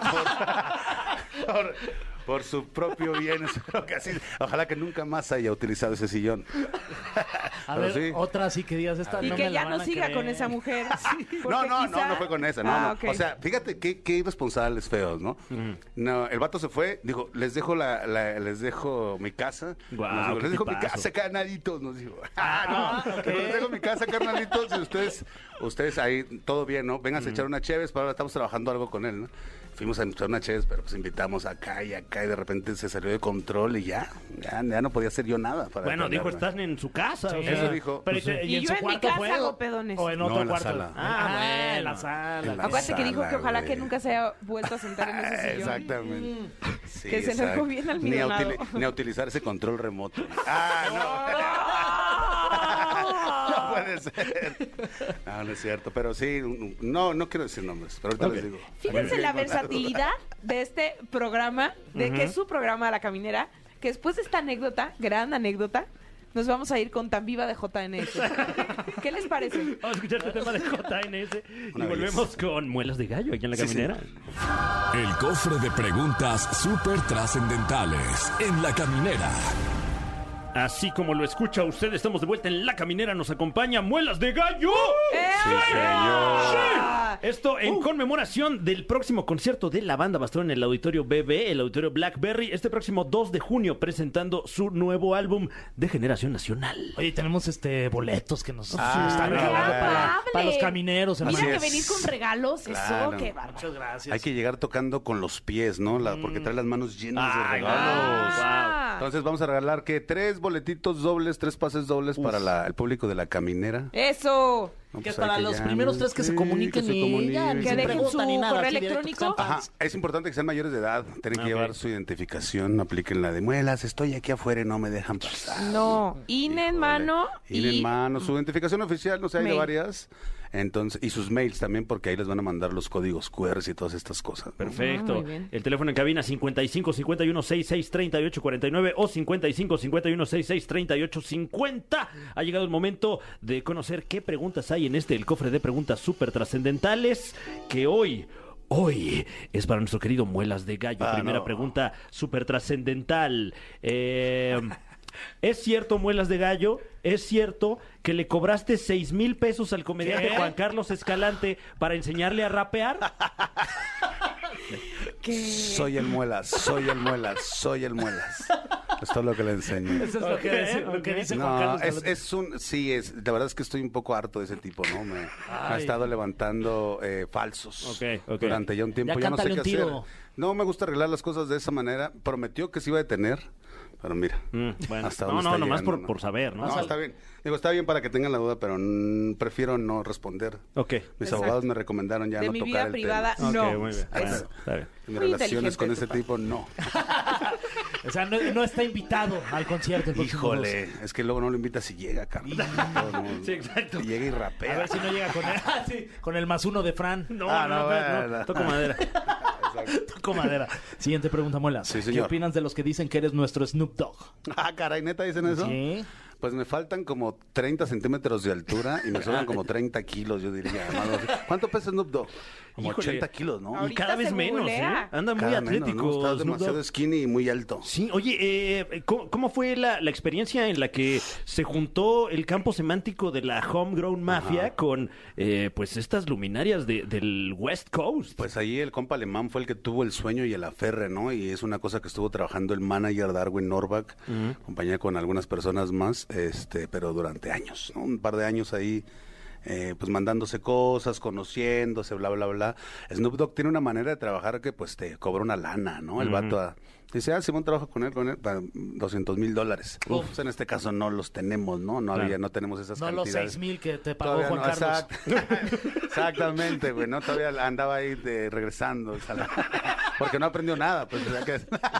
F: por, por- por su propio bien. espero que así- Ojalá que nunca más haya utilizado ese sillón.
C: A
F: Pero
C: ver,
F: Ah, sí.
C: otra sí que digas esta.
B: Y
C: no me
B: que
C: la
B: ya
C: van
B: no
C: a
B: siga
C: creer.
B: con esa mujer.
F: No,
B: Porque
F: no,
B: quizá-
F: no, no fue con esa, no,
B: Ah,
F: no.
B: ok.
F: O sea, fíjate qué, qué irresponsables feos, ¿no? No, el vato se fue, dijo, les dejo la, la- les dejo mi casa.
D: Guau,
F: Nos dijo,
D: qué
F: les dejo mi
D: tipazo.
F: casa, carnalitos, nos dijo. Ah, no, les dejo mi casa, carnalitos, y ustedes, ustedes ahí, todo bien, ¿no? Vengan a echar una chéves, pero ahora estamos trabajando algo con él, ¿no? Fuimos a echar una chéves, pero pues invitamos acá y acá, y de repente se salió de control y ya, ya, ya no podía hacer yo nada. Para
D: Bueno, dijo,
F: detenerme.
D: están en su casa. o
C: Sí.
D: sea.
F: Eso dijo.
C: Pero,
F: Pues sí.
B: Y yo en mi
C: cuarto
B: casa
C: fue,
B: hago
C: o-
B: pedones.
C: O en
F: No,
C: otro
F: en la
C: cuarto.
F: sala.
C: Ah,
D: Ah,
C: en la
D: bueno.
C: sala.
F: En la
B: Acuérdate que dijo que
F: Sala,
B: ojalá que
F: güey.
B: nunca se haya vuelto a sentar en ese
F: Ah,
B: sillón. Mm.
F: Exactamente. Sí,
B: Que se enojó bien al
F: ni a,
B: millonado.
F: utili- ni a utilizar ese control remoto. Ah, no. no puede ser. No, no es cierto. Pero sí, un- un- no, no quiero decir nombres, pero ahorita les digo.
B: Fíjense la versatilidad de este programa, de que es su programa La Caminera, que después de esta anécdota, gran anécdota, nos vamos a ir con Tan Viva de JNS. ¿Qué les parece?
D: Vamos a escuchar este tema de JNS y
F: Una
D: volvemos con Muelas de Gallo aquí en la
F: Sí,
D: caminera.
A: El cofre de preguntas súper trascendentales en la caminera.
D: Así como lo escucha usted, estamos de vuelta en la caminera. Nos acompaña Muelas de Gallo.
B: ¡Ea!
D: Esto en conmemoración del próximo concierto de la banda Bastón en el auditorio BB, el auditorio Blackberry, este próximo 2 de junio, presentando su nuevo álbum de Generación Nacional.
C: Oye, tenemos este boletos que nos
F: Ah,
C: están
F: no,
C: regalando
F: qué
C: para,
B: amable.
C: para los camineros,
B: Mira
F: Así
C: hermano.
B: que
F: es.
B: venir con regalos,
F: Claro.
B: eso, qué bárbaro.
C: Ah, Muchas gracias.
F: Hay que llegar tocando con los pies, ¿no? La- porque trae las manos llenas de
D: Ay,
F: regalos.
B: Mm. Ah.
F: Entonces vamos a regalar que tres boletitos dobles, tres pases dobles para la- el público de la caminera.
B: Eh, Eso.
F: No,
C: Que
F: pues,
C: para
F: hay
C: los
F: ya,
C: primeros
F: ¿no?
C: tres que se
F: Sí,
C: comuniquen
F: se
C: y Ah, ya,
F: comuniquen.
B: Que
C: sin
B: dejen
C: pregunta
B: su
C: ni nada,
B: correo
C: así directo, que sean
B: electrónico.
F: Ajá,
C: fans.
F: es importante que sean mayores de edad, tienen que
D: Ok.
F: llevar su identificación, apliquen la de muelas, estoy aquí afuera y no me dejan pasar.
B: No, INE en
F: Híjole.
B: mano
F: Ir
B: y
F: en mano, su identificación oficial, no sé, hay de
B: Mail.
F: varias. Entonces, y sus mails también, porque ahí les van a mandar los códigos QR y todas estas cosas. ¿no?
B: Ah,
D: Perfecto.
B: muy bien.
D: el teléfono en cabina 55 51 66 38 49 o 55 51 66 38 50. Ha llegado el momento de conocer qué preguntas hay en este el cofre de preguntas súper trascendentales que hoy Hoy es para nuestro querido Muelas de Gallo.
F: Ah,
D: Primera
F: no.
D: pregunta súper trascendental. Eh, ¿Es cierto, Muelas de Gallo? ¿Es cierto que le cobraste 6 mil pesos al comediante
C: ¿Qué?
D: Juan Carlos Escalante para enseñarle a rapear?
B: que
F: Soy el muelas, soy el muelas, soy el muelas. Es todo lo que le enseño.
C: Eso es lo, que, dice- lo que dice Juan
F: No,
C: Carlos.
F: es,
C: Galván.
F: es un. Sí, es. La verdad es que estoy un poco harto de ese tipo, ¿no? Me, me ha
C: Ay.
F: estado levantando eh, falsos
D: Ok, ok.
F: durante ya un tiempo.
C: Ya
F: Ya, no sé
C: cántale
F: qué
C: un tiro.
F: hacer. No me gusta arreglar las cosas de esa manera. Prometió que se iba a detener, pero mira.
D: Mm, bueno.
F: hasta
D: No,
F: dónde
D: no,
F: está
D: nomás
F: llegando,
D: por- por saber, ¿no?
F: No, está bien. Digo, está bien para que tengan la duda, pero mm, prefiero no responder.
D: Ok.
F: Mis
B: Exacto.
F: abogados me recomendaron ya
B: de
F: no
B: mi
F: tocar
B: vida
F: el
B: privada,
F: tema.
B: no.
D: Ok, muy bien.
B: Es-
D: Bueno, está bien.
F: Mis
B: Muy
F: relaciones
B: inteligente
F: con
B: tu
F: ese
B: padre.
F: tipo, no.
C: O sea, no, no está invitado al concierto. el próximo
F: Híjole, es que luego no lo invitas si llega, Carlos. No, no.
C: Sí, exacto.
F: Y llega y
C: dos.
F: rapea.
C: A ver si no llega con el, ah, sí, con el más uno de Fran. No,
F: Ah, no,
C: espera,
F: bueno.
C: Toco madera.
F: Exacto.
C: Toco madera. Siguiente pregunta, Muela.
F: Sí,
C: ¿Qué
F: señor.
C: opinas de los que dicen que eres nuestro Snoop Dogg?
F: Ah, caray, ¿neta dicen eso?
C: Sí.
F: Pues me faltan como 30 centímetros de altura y me sobran como 30 kilos, yo diría. algo así. ¿Cuánto pesa Snoop Dogg? Como
D: Híjole.
F: 80 kilos, ¿no?
D: Y
B: Ahorita
D: cada vez
B: se
D: menos, ¿eh?
B: googlea.
D: Anda muy
F: Cada menos,
D: atlético.
F: ¿no? Estás
D: Snoop Dogg.
F: demasiado skinny y muy alto.
D: Sí, oye, eh, ¿cómo, cómo fue la, la experiencia en la que se juntó el campo semántico de la homegrown mafia con eh, pues estas luminarias de- del West Coast?
F: Pues ahí el compa alemán fue el que tuvo el sueño y el aferre, ¿no? Y es una cosa que estuvo trabajando el manager Darwin Norback, compañía con algunas personas más, este, pero durante años, ¿no? Un par de años ahí, eh, pues mandándose cosas, conociéndose, bla, bla, bla. Snoop Dogg tiene una manera de trabajar que pues te cobra una lana, ¿no? El vato a- dice, ah, Simón, trabajo con él, con él, para 200 mil dólares.
C: Uf.
F: Pues en este caso no los tenemos, ¿no? No
D: Claro.
F: había, no tenemos esas
C: No los
F: cantidades.
C: seis mil que te pagó
F: Todavía
C: Juan
F: no,
C: Carlos.
F: exact- Exactamente, güey. No, todavía andaba ahí de- regresando. o sea, la- porque no aprendió nada. Pues, o sea que-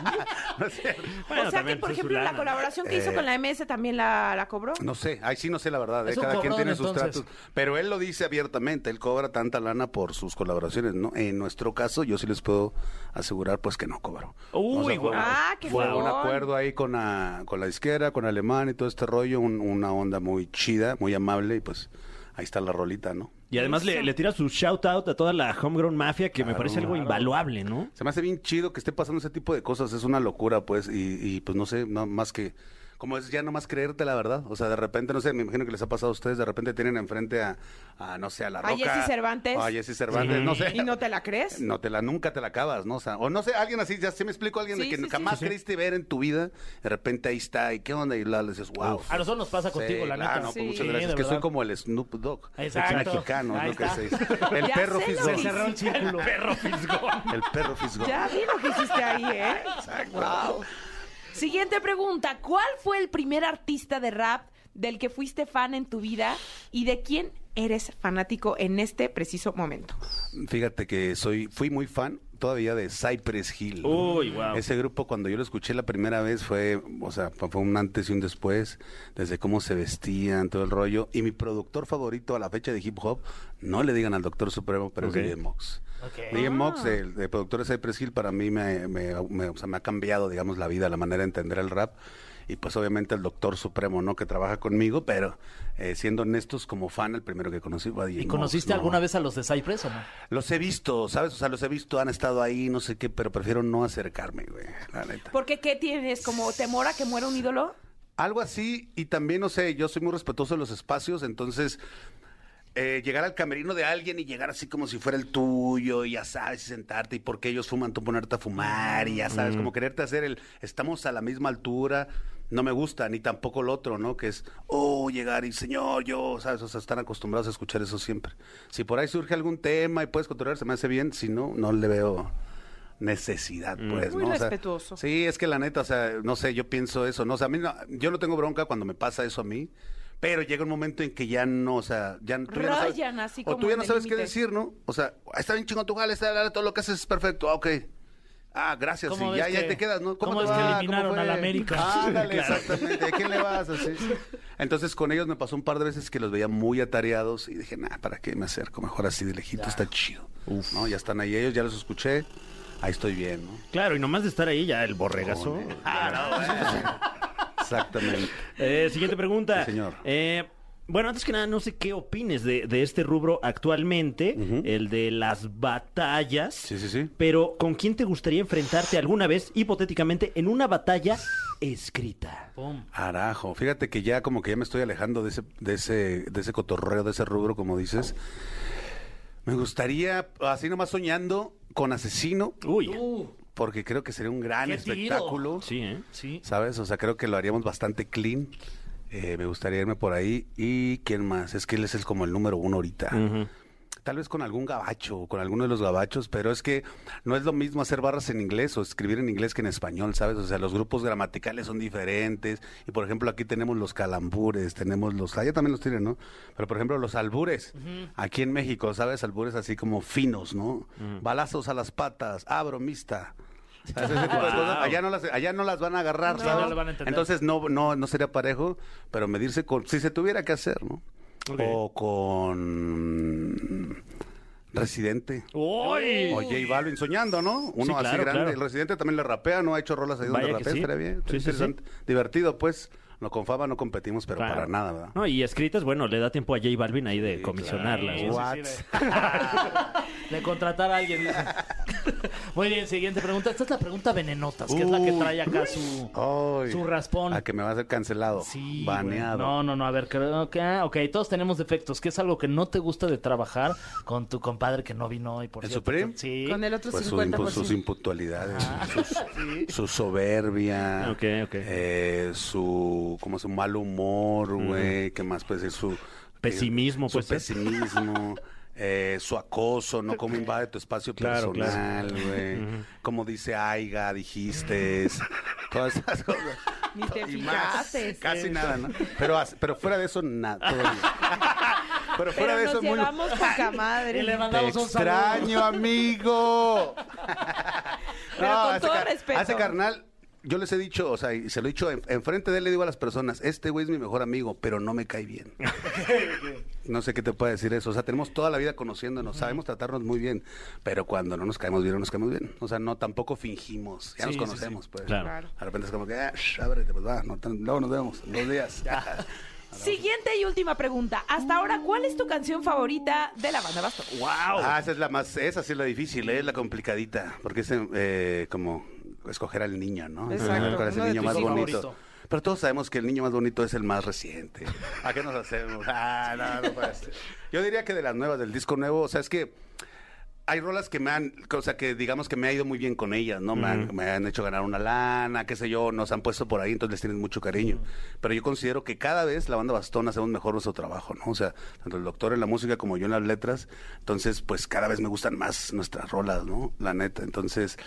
F: no, es cierto.
D: Bueno,
B: o sea que,
D: también
B: por
D: es su
B: ejemplo, la
D: lana.
B: colaboración que hizo
F: Eh,
B: con la MS también la, la cobró.
F: No sé, ahí sí no sé la verdad. ¿eh?
C: Es un
F: Cada quien
C: cobrón,
F: tiene sus
C: entonces.
F: tratos. Pero él lo dice abiertamente. Él cobra tanta lana por sus colaboraciones, ¿no? En nuestro caso, yo sí les puedo asegurar, pues, que no cobro.
D: Uy,
F: O sea, fue-
D: guau.
B: Ah, qué
F: fue un
B: fregón.
F: acuerdo ahí con la, con la izquierda, con Alemán y todo este rollo. un- una onda muy chida, muy amable. Y pues, ahí está la rolita, ¿no?
D: Y además le,
B: Eso.
D: le tira su shout out a toda la homegrown mafia que me
F: Claro,
D: parece algo
F: claro.
D: invaluable, ¿no?
F: Se me hace bien chido que esté pasando ese tipo de cosas, es una locura, pues, y, y, pues no sé, no, más que, como es ya no más creerte la verdad, o sea, de repente, no sé, me imagino que les ha pasado a ustedes, de repente tienen enfrente a, a, no sé, a La
B: A
F: Roca.
B: Jesse Cervantes.
F: A Jesse Cervantes, no sé.
B: ¿Y no te la crees?
F: No te la, nunca te la acabas, ¿no? O sea, o no sé, alguien así, ya se me explico, alguien de
B: Sí,
F: que
B: sí, sí.
F: jamás
B: Sí, sí.
F: creíste ver en tu vida, de repente ahí está, y qué onda, y la, le dices, wow.
C: A nosotros nos pasa contigo, la neta.
F: Ah, no, pues
B: Sí.
F: muchas
C: Sí,
F: gracias,
C: de
F: que soy
C: verdad.
F: como el Snoop Dogg.
C: Exacto.
F: Es mexicano, es
C: Ahí
F: lo que
C: está.
F: se dice. El
B: Ya sé
F: perro
B: lo
F: fisgón.
B: que
C: Se cerró el círculo.
D: Perro fisgón.
F: El perro fisgón.
B: Ya vi lo que hiciste ahí, ¿eh? Wow. Siguiente pregunta. ¿Cuál fue el primer artista de rap del que fuiste fan en tu vida y de quién eres fanático en este preciso momento?
F: Fíjate que soy, fui muy fan todavía de Cypress Hill.
D: Uy, Uh, wow.
F: Ese grupo cuando yo lo escuché la primera vez fue, o sea, fue un antes y un después, desde cómo se vestían, todo el rollo. Y mi productor favorito a la fecha de hip hop, no le digan al Doctor Supremo, pero
D: Ok.
F: es DJ Mox.
C: Ok. Ah.
F: DJ Mox, el, el productor de Cypress Hill, para mí me, me- me- o sea, me ha cambiado, digamos, la vida, la manera de entender el rap. Y pues obviamente el Doctor Supremo, ¿no? Que trabaja conmigo, pero eh, siendo honestos, como fan, el primero que conocí fue a DJ
C: ¿Y
F: Mox,
C: conociste
F: ¿no?
C: alguna vez a los de Cypress o no?
F: Los he visto, ¿sabes? O sea, los he visto, han estado ahí, no sé qué, pero prefiero no acercarme, güey, la neta.
B: Porque qué tienes como temor a que muera un ídolo?
F: Algo así, y también, no sé, yo soy muy respetuoso de los espacios, entonces eh, llegar al camerino de alguien y llegar así como si fuera el tuyo, y ya sabes, y sentarte, y porque ellos fuman, tú ponerte a fumar, y ya sabes, como quererte hacer el, estamos a la misma altura, no me gusta, ni tampoco el otro, ¿no? Que es, oh, llegar y señor, yo, ¿sabes? O sea, están acostumbrados a escuchar eso siempre. Si por ahí surge algún tema y puedes controlar, se me hace bien, si no, no le veo necesidad, pues,
B: Muy
F: ¿no? O sea,
B: respetuoso.
F: sí, es que la neta, o sea, no sé, yo pienso eso, ¿no? O sea, a mí no- yo no tengo bronca cuando me pasa eso a mí, pero llega un momento en que ya no, o sea, ya, tú ya no sabes-
B: Rayan así
F: o
B: como
F: tú ya
B: en
F: no
B: el
F: sabes qué
B: límite.
F: decir, ¿no? O sea, está bien chingón tu jale, está, está- todo lo que haces es perfecto, ah, ok. Ah, gracias,
C: ¿Cómo
F: y ya,
C: ves
F: ya
C: que-
F: te quedas, ¿no?
C: cómo
F: te
C: ves que
F: va?
C: eliminaron
F: fue?
C: a la América?
F: Ándale,
C: Claro.
F: exactamente, ¿a quién le vas? Así. Entonces, con ellos me pasó un par de veces que los veía muy atareados y dije, nah, ¿para qué me acerco? Mejor así de lejito, está chido. ¿No? Ya están ahí ellos, ya los escuché, ahí estoy bien, ¿no?
D: Claro, y nomás de estar ahí ya el borregazo.
F: Con- Ah, no, eh. Exactamente.
D: Eh, siguiente pregunta.
F: Sí, señor.
D: Eh, bueno, antes que nada, no sé qué opines de, de este rubro actualmente, el de las batallas.
F: Sí, sí, sí.
D: Pero, ¿con quién te gustaría enfrentarte alguna vez, hipotéticamente, en una batalla escrita?
C: Pum.
F: Arajo, fíjate que ya como que ya me estoy alejando de ese, de ese, de ese cotorreo, de ese rubro, como dices. Me gustaría, así nomás soñando, con asesino,
D: Uy.
F: porque creo que sería un gran
C: ¡Qué tiro!
F: espectáculo.
D: Sí, ¿eh?
C: Sí.
F: ¿Sabes? O sea, creo que lo haríamos bastante clean. Eh, me gustaría irme por ahí. ¿Y quién más? Es que él es el, como el número uno ahorita. Tal vez con algún gabacho, con alguno de los gabachos, pero es que no es lo mismo hacer barras en inglés o escribir en inglés que en español, ¿sabes? O sea, los grupos gramaticales son diferentes. Y por ejemplo, aquí tenemos los calambures, tenemos los. Allá también los tienen, ¿no? Pero por ejemplo, los albures. Aquí en México, ¿sabes? Albures así como finos, ¿no? Balazos a las patas, ah, bromista. ¿Sabes? Ese tipo de cosas. Allá, no las, allá no las van a agarrar,
C: No.
F: ¿sabes?
C: No lo van a entender.
F: Entonces no, no, no sería parejo, pero medirse con. Si se tuviera que hacer, ¿no? O con. Residente.
D: ¡Uy!
F: O J Balvin soñando, ¿no? Uno
D: Sí,
F: así
D: claro,
F: grande.
D: claro.
F: El residente también le rapea, ¿no? Ha hecho rolas ahí donde
D: Vaya que
F: rapea.
D: sí.
F: Estaría bien.
D: Sí, sí, sí.
F: interesante. Divertido, pues. No con Faba no competimos, pero
D: Claro.
F: para nada, ¿verdad?
D: No, y escritas, bueno, le da tiempo a J Balvin ahí de comisionarlas. ¿eh?
C: Sí,
D: ¿no?
F: What?
C: sí, sí, de... de contratar a alguien, dice. Muy bien, siguiente pregunta. Esta es la pregunta venenotas, que es la que
F: Uy.
C: trae acá su,
F: Ay.
C: su raspón.
F: A que me va a ser cancelado.
C: Sí, güey.
F: Baneado.
C: No, no, no, a ver, creo que... ah, Ok, todos tenemos defectos. ¿Qué es algo que no te gusta de trabajar con tu compadre que no vino hoy? Por
F: ¿El
C: cierto?
F: Supreme?
C: Sí.
B: Con el otro
F: Pues su
B: 50%.
F: impu- sus impuntualidades, sus- su soberbia,
D: Ok, ok.
F: eh, su como su mal humor, güey, qué más puede ser su
D: Pesimismo, pues,
F: eh, su
D: puede ser.
F: pesimismo, eh, su acoso, no cómo invade tu espacio
D: Claro, claro.
F: personal, güey, como dice Aiga, dijiste, todas esas cosas.
B: Ni te
F: Y más,
B: fijaste.
F: casi nada, ¿no? Pero, as- pero fuera de eso, nada. todo bien. Pero fuera
B: Pero
F: de eso,
B: nos
F: muy.
B: llevamos poca madre.
C: Y le
F: Te
C: mandamos un saludo.
F: extraño, amigo.
B: Pero con todo
F: car-
B: respeto.
F: a ese carnal, yo les he dicho, o sea, y se lo he dicho en- enfrente de él, le digo a las personas, este güey es mi mejor amigo, pero no me cae bien. no sé qué te puede decir eso. O sea, tenemos toda la vida conociéndonos, sabemos tratarnos muy bien, pero cuando no nos caemos bien, no nos caemos bien. O sea, no, tampoco fingimos, ya nos conocemos, pues.
D: Claro.
F: De repente es como que, ah, sh, ábrete, pues va, no te- luego nos vemos, en dos días.
B: Siguiente y última pregunta. Hasta ahora, ¿cuál es tu canción favorita de la banda Bastón?
F: Ah, esa es la más, esa sí es la difícil, ¿eh? es la complicadita, porque es eh, como escoger al niño, ¿no?
B: Exacto,
F: ¿Cuál es
B: uno
F: el
B: de
F: niño
B: tus
F: más
B: hijos
F: bonito?
C: favorito.
F: Pero todos sabemos que el niño más bonito es el más reciente. ¿A qué nos hacemos? Ah, no, no puede ser. Yo diría que de las nuevas, del disco nuevo, o sea, es que hay rolas que me han, o sea, que digamos que me ha ido muy bien con ellas, ¿no? Me, han, me han hecho ganar una lana, qué sé yo, nos han puesto por ahí, entonces les tienen mucho cariño. Pero yo considero que cada vez la banda Bastón hacemos mejor nuestro trabajo, ¿no? O sea, tanto el doctor en la música como yo en las letras, entonces, pues cada vez me gustan más nuestras rolas, ¿no? La neta, entonces,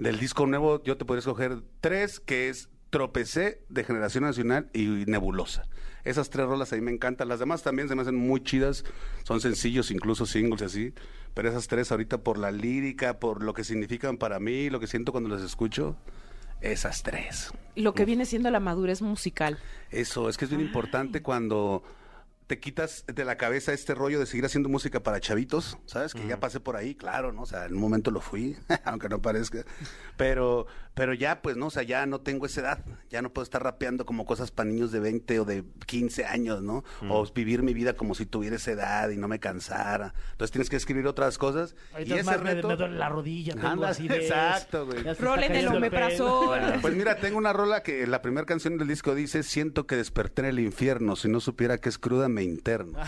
F: del disco nuevo yo te podría escoger tres, que es Tropecé de Generación Nacional y Nebulosa. Esas tres rolas a mí me encantan. Las demás también se me hacen muy chidas. Son sencillos, incluso singles y así. Pero esas tres ahorita por la lírica, por lo que significan para mí, lo que siento cuando las escucho, esas tres.
B: Lo que viene siendo la madurez musical.
F: Eso, es que es bien importante cuando te quitas de la cabeza este rollo de seguir haciendo música para chavitos, ¿sabes? Que ya pasé por ahí, claro, ¿no? O sea, en un momento lo fui, aunque no parezca. Pero, pero ya, pues, ¿no? O sea, ya no tengo esa edad. Ya no puedo estar rapeando como cosas para niños de 20 o de 15 años, ¿no? O vivir mi vida como si tuviera esa edad y no me cansara. Entonces tienes que escribir otras cosas.
C: Ahorita
F: y
C: es
F: ese
C: más, me-
F: reto...
C: me, duele la rodilla, tengo
F: Anda,
C: así de...
F: exacto, güey.
C: Ya se está
B: Rolen el
C: cayendo el
B: omeprazol.
F: Pues mira, tengo una rola que la primera canción del disco dice Siento que desperté en el infierno, si no supiera que es cruda me interno.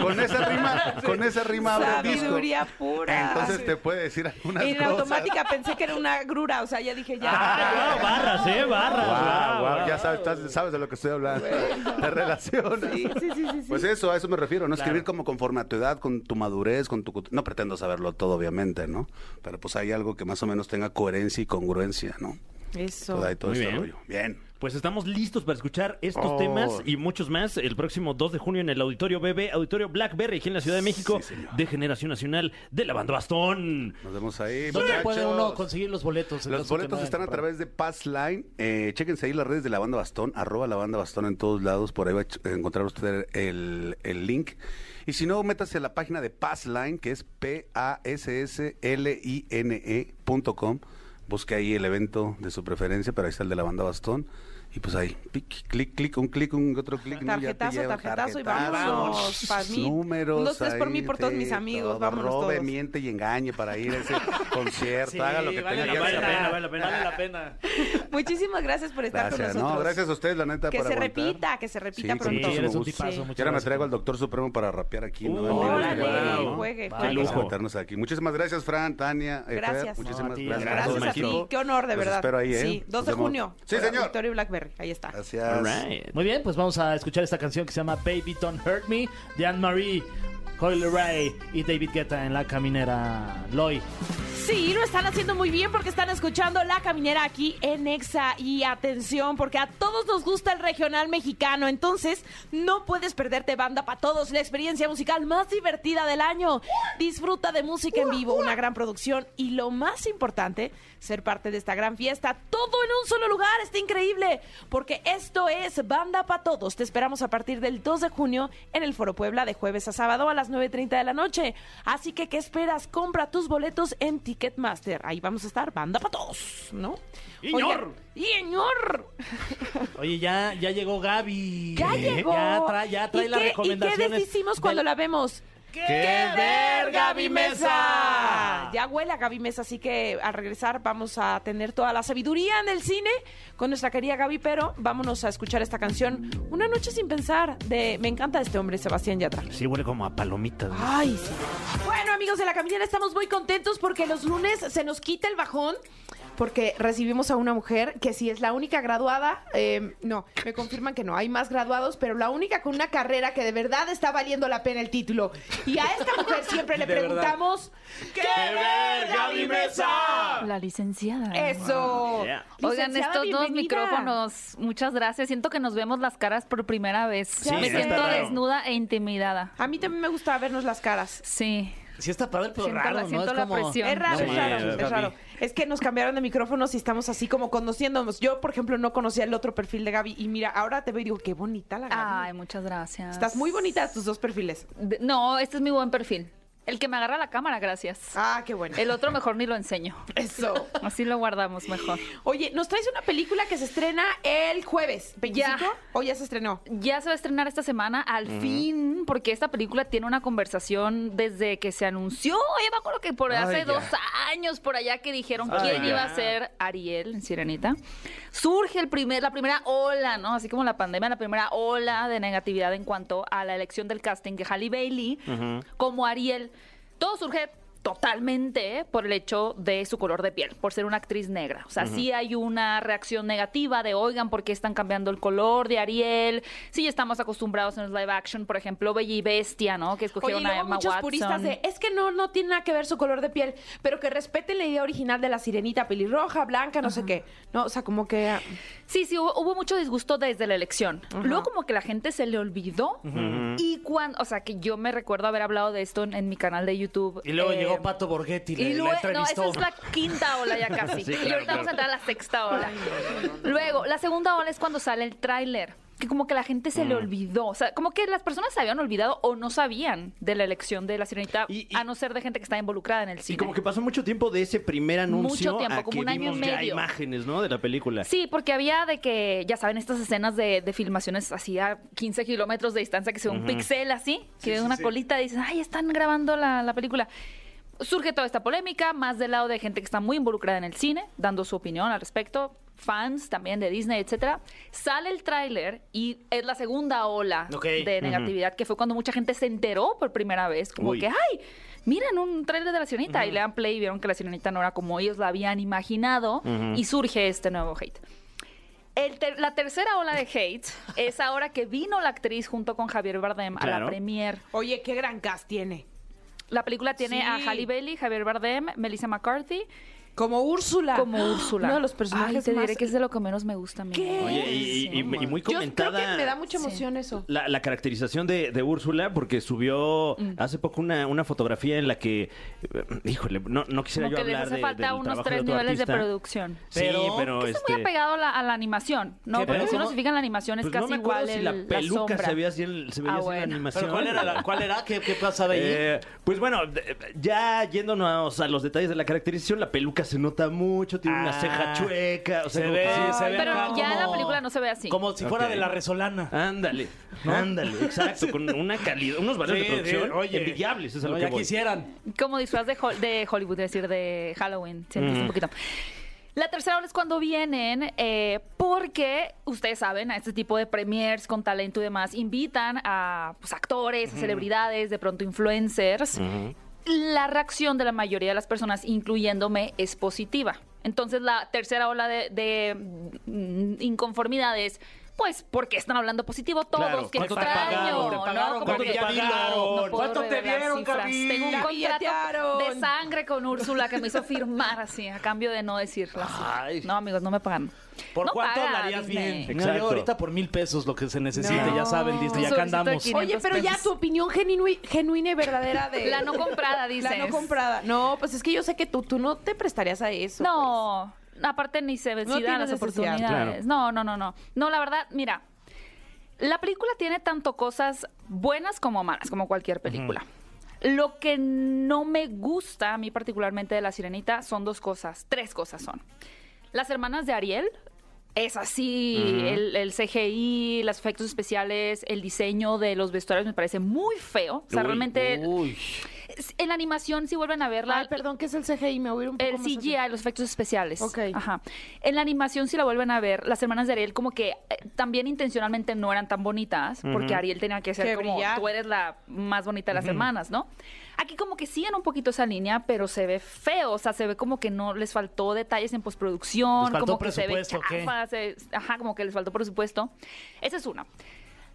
F: con esa rima, con esa rima abre el disco.
B: Sabiduría pura.
F: Entonces te puede decir algunas
B: En
F: cosas.
B: automática pensé que era una grura, o sea, ya dije ya.
D: Ah, no, barras, ¿eh? Barras.
F: Guau,
D: guau,
F: guau,
D: guau.
F: ya sabes, estás- sabes de lo que estoy hablando. Te relacionas.
B: Sí, sí, sí, sí, sí.
F: Pues eso, a eso me refiero, ¿no? Escribir como conforme a tu edad, con tu madurez, con tu... cultu- No pretendo saberlo todo, obviamente, ¿no? Pero pues hay algo que más o menos tenga coherencia y congruencia, ¿no?
B: Eso.
F: Todo, ahí, todo
D: Muy
F: este
D: bien.
F: rollo. Bien.
D: Pues estamos listos para escuchar estos
F: Oh.
D: temas y muchos más el próximo 2 de junio en el Auditorio BB, Auditorio Blackberry, aquí en la Ciudad de México,
F: Sí, señor.
D: de Generación Nacional de la Banda Bastón.
F: Nos vemos ahí,
C: ¿Dónde puede uno
F: muchachos.
C: conseguir los boletos? en
F: Los
C: caso que
F: boletos
C: no
F: están a
C: hayan
F: través de Passline. Eh, chéquense ahí las redes de la banda Bastón, arroba la banda Bastón en todos lados. Por ahí va a ch- encontrar usted el, el link. Y si no, métase a la página de Passline, que es E P-A-S-S-L-I-N-E.com. Busque ahí el evento de su preferencia, pero ahí está el de la banda Bastón. Y pues ahí, pic, clic, clic, un clic, un otro clic. ¿no? Ya te
B: Tarjetazo,
F: lleva
B: tarjetazo y
F: tarjetazo,
B: vámonos, pa' mí.
F: Números.
B: Un, dos, tres por mí,
F: ahí,
B: por todos
F: sí,
B: mis amigos,
F: todo.
B: vámonos
F: Robe,
B: todos.
F: miente y engañe para ir a ese concierto.
C: Sí,
F: haga lo que
C: vale
F: tenga que
C: la
F: hacer.
C: pena, vale la pena.
F: Vale la
B: Muchísimas gracias por estar
F: Gracias.
B: con nosotros.
F: No, gracias a ustedes, la neta,
B: Que
F: para
B: se
F: aguantar.
B: repita, que se repita
F: Sí, con
B: pronto.
F: muchísimo
C: Sí, eres un
F: gusto.
C: tipazo,
F: Y
C: muchas
F: ahora me
C: gracias.
F: traigo al Doctor Supremo para rapear aquí. ¿no?
D: Uh,
F: En vivo y en
B: órale,
F: directo, ¿no?
B: juegue,
F: Para
D: juegue.
F: aguantarnos aquí. Muchísimas gracias, Fran, Tania, Efer.
B: Gracias.
C: No, a
F: Muchísimas
C: ti.
F: gracias.
B: Gracias
D: Gracias
F: todo el
B: a ti,
F: equipo.
B: qué honor, de
F: Los
B: verdad.
F: espero ahí, ¿eh?
B: Sí, 2
F: Nos
B: de
F: vemos.
B: junio.
F: Sí,
B: Hola,
F: señor.
B: Victoria y Blackberry, ahí está.
F: Gracias.
C: Muy bien, pues vamos a escuchar esta canción que se llama Baby Don't Hurt Me de Anne-Marie Coyle-Ray y David Guetta en La Caminera. Loy.
B: Sí, lo están haciendo muy bien porque están escuchando La Caminera aquí en Exa. Y atención, porque a todos nos gusta el regional mexicano. Entonces, no puedes perderte Banda para Todos, la experiencia musical más divertida del año. Disfruta de música en vivo, una gran producción y lo más importante, ser parte de esta gran fiesta. Todo en un solo lugar, está increíble. Porque esto es Banda para Todos. Te esperamos a partir del 2 de junio en el Foro Puebla de jueves a sábado a las 9.30 de la noche. Así que, ¿qué esperas? Compra tus boletos en Ticketmaster. Ahí vamos a estar, banda para todos, ¿no?
D: Iñor.
B: Oigan, ¡Iñor!
C: Oye, ya, ya llegó Gaby.
B: ¡Ya
C: ¿Eh?
B: llegó!
C: Ya trae, ya trae
B: ¿Y
C: las
B: qué-
C: recomendaciones.
B: ¿Y qué deshicimos cuando
C: del-
B: la vemos?
C: ¡Qué,
B: ver, Gaby
C: Gaby Mesa!
B: Ya huele a Gaby Mesa, así que al regresar vamos a tener toda la sabiduría en el cine con nuestra querida Gaby, pero vámonos a escuchar esta canción Una noche sin pensar de Me encanta este hombre, Sebastián Yatra.
D: Sí, huele como a palomitas. ¿no?
B: Ay, sí. Bueno, amigos de la caminera, estamos muy contentos porque los lunes se nos quita el bajón. Porque recibimos a una mujer que si es la única graduada, eh, no, me confirman que no, hay más graduados, pero la única con una carrera que de verdad está valiendo la pena el título. Y a esta mujer siempre le preguntamos, ¿qué ver, Gaby Mesa?
G: La licenciada.
B: Eso.
D: Yeah.
G: Oigan,
B: Licenciada,
G: estos dos
B: bienvenida.
G: micrófonos, muchas gracias. Siento que nos vemos las caras por primera vez.
B: Ya
G: Me
B: sé.
G: siento
D: Está raro.
G: desnuda e intimidada.
B: A mí también me gusta vernos las caras.
G: Sí.
C: Sí está padre, pero
G: Siento la-
C: raro, ¿no?
G: siento
C: es
G: la
C: como...
G: presión.
B: Es raro,
D: No
B: es raro,
D: mames,
B: es
C: Gaby.
B: raro. Es que nos cambiaron de micrófonos y estamos así como conociéndonos. Yo, por ejemplo, no conocía el otro perfil de Gaby y mira, ahora te veo y digo, qué bonita la Gaby.
G: Ay, muchas gracias.
B: Estás muy bonita de tus dos perfiles.
G: De- No, este es mi buen perfil. El que me agarra la cámara, gracias.
B: Ah, qué bueno.
G: El otro mejor ni lo enseño.
B: Eso.
G: Así lo guardamos mejor.
B: Oye, nos traes una película que se estrena el jueves, 25
G: Ya.
B: o ya se estrenó.
G: Ya se va a estrenar esta semana, al fin, porque esta película tiene una conversación desde que se anunció. Yo me acuerdo que por hace
F: ya.
G: dos años, por allá, que dijeron quién
D: ya.
G: iba a ser Ariel en Sirenita. Surge el primer, la primera ola, ¿no? Así como la pandemia, la primera ola de negatividad en cuanto a la elección del casting de Halle Bailey como Ariel. Todo surge totalmente ¿eh? por el hecho de su color de piel, por ser una actriz negra. O sea, sí hay una reacción negativa de, oigan, ¿por qué están cambiando el color de Ariel? Sí, estamos acostumbrados en los live action, por ejemplo, Bella y Bestia, ¿no?
B: Oye,
G: Que escogieron
B: y
G: a
B: luego
G: Emma
B: muchos
G: Watson.
B: puristas de, es que no, no tiene nada que ver su color de piel, pero que respeten la idea original de la sirenita pelirroja, blanca, no sé qué. No, o sea, como que... ah,
G: Sí, sí, hubo, hubo mucho disgusto desde la elección. Luego como que la gente se le olvidó y cuando, o sea, que yo me recuerdo haber hablado de esto en, en mi canal de YouTube.
C: Y luego
G: eh,
C: llegó Pato Borghetti, le-
G: Y
C: la
G: luego, no,
C: entrevistó.
G: esa es la quinta ola ya casi.
D: Sí,
G: y
D: claro,
G: ahorita
D: claro.
G: vamos a entrar a la sexta ola. Luego, la segunda ola es cuando sale el tráiler. Que como que la gente se le
D: Mm.
G: olvidó. O sea, como que las personas se habían olvidado o no sabían de la elección de la sirenita,
D: Y- y-
G: a no ser de gente que está involucrada en el
D: Y
G: cine.
D: como que pasó mucho tiempo de ese primer anuncio
G: Mucho tiempo,
D: a
G: como
D: que
G: un año y
D: vimos ya
G: medio.
D: imágenes, ¿no? De la película.
G: Sí, porque había de que, ya saben, estas escenas de, de filmaciones así a 15 kilómetros de distancia, que se ve un pixel así, que ve una colita y dices, ay, están grabando la, la película. Surge toda esta polémica, más del lado de gente que está muy involucrada en el cine, dando su opinión al respecto, fans también de Disney, etcétera. Sale el tráiler y es la segunda ola
C: Ok.
G: de negatividad, que fue cuando mucha gente se enteró por primera vez, como
D: Uy.
G: que, ay, miren un tráiler de la sirenita. Y le dan play y vieron que la sirenita no era como ellos la habían imaginado y surge este nuevo hate. El ter- la tercera ola de hate es ahora que vino la actriz junto con Javier Bardem a
D: Claro.
G: la premier.
B: Oye, qué gran cast tiene.
G: La película tiene a
B: Sí.
G: Halle Bailey, Javier Bardem, Melissa McCarthy
B: Como Úrsula.
G: como Úrsula.
B: Uno de los personajes
G: Ay, te
B: más...
G: diré que es de lo que menos me gusta a mí.
B: ¿Qué?
D: Oye, y, y- y- y muy
B: Yo
D: comentada.
B: creo que me da mucha
G: Sí.
B: emoción eso.
D: La, la caracterización de, de Úrsula, porque subió
G: Mm.
D: hace poco una, una fotografía en la que, eh, híjole, no, no quisiera
G: Como
D: yo
G: que les
D: hablar
G: hace
D: de,
G: falta
D: del
G: unos
D: trabajo
G: tres
D: otro
G: niveles de
D: artista.
G: producción.
D: Sí,
C: Pero-
D: pero,
G: Que está
D: este,
G: muy apegado a la, a la animación, ¿no?
C: ¿Qué?
G: Porque
C: Pero
G: si uno
C: ¿cómo?
G: se fija en la animación es
D: pues no
G: casi
D: me acuerdo
G: igual
D: si
G: el-
D: la peluca
G: sombra.
D: se veía así, en- se veía
G: Ah,
D: así en
G: bueno.
D: la animación.
C: ¿Pero cuál era? la- cuál era? ¿Qué, qué pasaba ahí?
D: Eh, pues bueno, de- ya yéndonos a los detalles de la caracterización, la peluca
H: se nota mucho, tiene una
C: Ah.
H: ceja chueca. O
C: Se
H: sea, como
C: ve,
H: que-
C: sí, se ve
G: Pero
C: acá
G: ya en la
C: como-
G: película no se ve así.
C: Como si fuera
H: Ok.
C: de la resolana.
D: Ándale, ándale, exacto, con una calidad, unos valores de producción envidiables, eso es a lo
C: No,
D: que
C: ya
D: voy.
C: quisieran.
G: Como disfraz de, Hol- de Hollywood, es decir, de Halloween. Sí, entiendes un poquito. La tercera ola es cuando vienen, eh, porque ustedes saben, a este tipo de premiers con talento y demás, invitan a pues, actores, a celebridades, de pronto influencers. La reacción de la mayoría de las personas, incluyéndome, es positiva. Entonces, la tercera ola de, de, mm, inconformidades, pues, porque están hablando positivo todos?
H: Claro.
G: que
C: ¿Cuánto te
G: extraño,
C: pagaron? ¿Te
G: ¿no?
C: pagaron?
G: Como
C: ¿Cuánto
G: que-
C: te pagaron?
G: no puedo
C: ¿Cuánto te
G: revelar
C: dieron,
G: cifras.
C: Capi?
G: Tengo un
B: La
G: contrato
B: billetearon.
G: de sangre con Úrsula que me hizo firmar así, a cambio de no decir la cifra.
H: Ay.
G: No, amigos, no me pagan.
C: ¿Por
G: No
C: cuánto
G: paga
C: hablarías
G: Disney.
C: bien?
H: Exacto.
C: No, yo ahorita por mil pesos lo que se necesite,
B: No.
C: ya saben, Disney,
G: Un
C: acá
G: sobrecito de
C: andamos.
G: 500
B: Oye, pero ya
G: pesos.
B: tu opinión genuina, genuina y verdadera de...
G: La no comprada, dices.
B: La no comprada. No, pues es que yo sé que tú, tú no te prestarías a eso. pues.
G: No, aparte ni se
B: No
G: vencidan
B: tiene
G: las
B: necesidad.
G: oportunidades. No, no, no, no. No, la verdad, mira, la película tiene tanto cosas buenas como malas, como cualquier película. Lo que no me gusta a mí particularmente de La Sirenita son dos cosas, tres cosas son. Las hermanas de Ariel es así, el, el CGI, los efectos especiales, el diseño de los vestuarios me parece muy feo. O sea,
D: Uy,
G: realmente
H: Uy,
G: en la animación si vuelven a verla,
B: Ay, perdón, ¿qué es pues. el CGI? Me voy a ir un poco
G: el
B: más
G: CGI,
B: hacia-
G: los efectos especiales.
B: Ok.
G: Ajá. En la animación, si la vuelven a ver, las hermanas de Ariel como que eh, también intencionalmente no eran tan bonitas, porque Ariel tenía que ser
B: Que
G: como,
B: brillar.
G: tú eres la más bonita de las hermanas, ¿no? Aquí como que siguen un poquito esa línea, pero se ve feo, o sea, se ve como que no les faltó detalles en postproducción,
C: ¿Les faltó
G: como que se ve
C: presupuesto o qué?
G: chafa, se- ajá, como que les faltó presupuesto. Esa es una.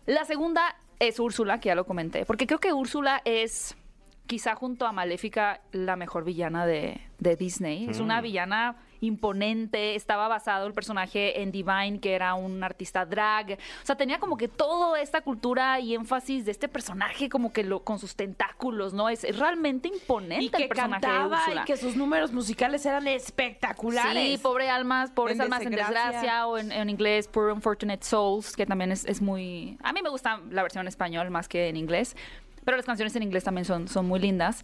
G: La segunda es Úrsula, que ya lo comenté, porque creo que Úrsula es quizá junto a Maléfica la mejor villana de, de Disney. Es una villana imponente, estaba basado el personaje en Divine, que era un artista drag. O sea, tenía como que toda esta cultura y énfasis de este personaje, como que lo, con sus tentáculos, ¿no? Es, es realmente imponente
B: Y que
G: el ¿eh? personaje de
B: cantaba
G: Úrsula.
B: y que sus números musicales eran espectaculares.
G: Sí, pobre almas, pobres
B: En
G: almas en
B: desgracia.
G: desgracia o en, en inglés Poor Unfortunate Souls, que también es, es muy... A mí me gusta la versión en español más que en inglés, pero las canciones en inglés también son, son muy lindas.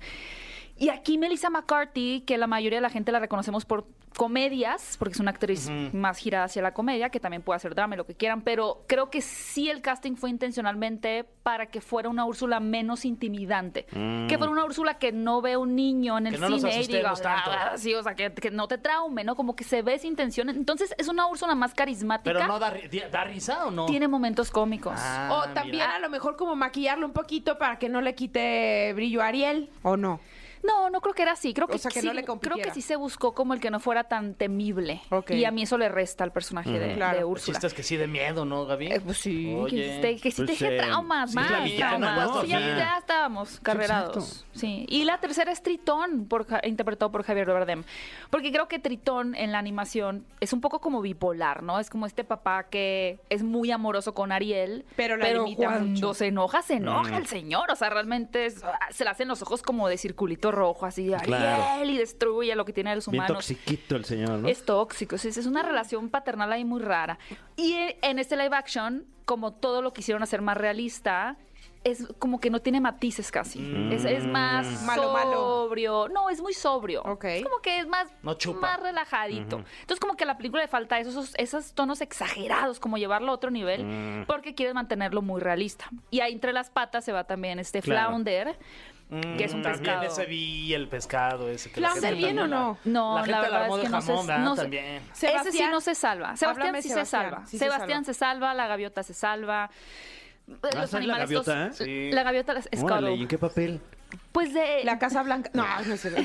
G: Y aquí Melissa McCarthy, que la mayoría de la gente la reconocemos por comedias, porque es una actriz más girada hacia la comedia, que también puede hacer drama, y lo que quieran, pero creo que sí el casting fue intencionalmente para que fuera una Úrsula menos intimidante. Que fuera una Úrsula que no ve un niño en el
C: Mm. Que no nos
G: cine y diga,
C: asustemos tanto.
G: "Ah, sí, o sea, que, que no te traume, ¿no? Como que se ve esa intención. Entonces es una Úrsula más carismática.
C: Pero no da, ri- di- ¿da risa o no?
G: Tiene momentos cómicos.
C: Ah,
B: O también a lo mejor como maquillarlo un poquito para que no le quite brillo a Ariel. ¿O no?
G: No, no creo que era así. Creo que,
B: sea, que
G: sí,
B: no le
G: creo que
B: compitiera.
G: sí se buscó como el que no fuera tan temible.
B: Ok.
G: Y a mí eso le resta al personaje de,
B: Claro.
G: de
B: El
C: El
G: Úrsula.
C: chiste es que sí de miedo, ¿no, Gaby?
G: Eh, pues sí,
C: Oye,
G: que, sí te- que sí
H: pues,
G: te deje
H: eh,
G: traumas,
C: sí,
G: más
C: la villana,
G: traumas.
C: ¿no?
G: Sí, ya,
C: O sea.
G: ya estábamos carrerados. Sí. Y la tercera es Tritón, por Ja- interpretado por Javier Bardem. Porque creo que Tritón en la animación es un poco como bipolar, ¿no? Es como este papá que es muy amoroso con Ariel,
B: Pero la limita
G: cuando
B: mucho.
G: se enoja, se enoja el señor. O sea, realmente es- ah, se le hacen los ojos como de circulito rojo, así de Ariel
H: Claro.
G: y destruye lo que tiene los
H: bien
G: humanos.
H: toxiquito el señor, ¿no?
G: Es tóxico, sí, es una relación paternal ahí muy rara. Y en, en este live action, como todo lo quisieron hacer más realista, es como que no tiene matices casi.
C: Mm.
G: Es, es más
B: Malo, malo.
G: sobrio. No, es muy sobrio.
B: Ok.
G: Es como que es más,
C: No chupa.
G: más relajadito. Entonces, como que a la película le falta esos, esos, esos tonos exagerados, como llevarlo a otro nivel,
C: Mm.
G: porque quieres mantenerlo muy realista. Y ahí entre las patas se va también este
H: Claro.
G: flounder, que es un
C: Mm, también
G: pescado.
C: ese vi el pescado ese. que la
B: ¿Flounder
C: gente
B: bien o
C: también la-
B: no?
G: No,
C: la
G: la,
C: gente la
G: verdad
C: armó
G: es
C: de
G: que no
C: jamón,
G: se,
C: ¿verdad?
G: no se-
C: También.
G: ese sí no se salva. Sebastián
B: Háblame,
G: sí
B: Sebastián.
G: se salva.
B: Sí se
G: Sebastián se salva. la gaviota se salva. Eh,
H: Ah,
G: Los
H: ¿sale la
G: animales
H: gaviota,
G: estos-
C: eh? Sí.
G: la gaviota es
H: Órale, ¿y en qué papel?
G: Pues de
B: La Casa Blanca. No, no es cierto.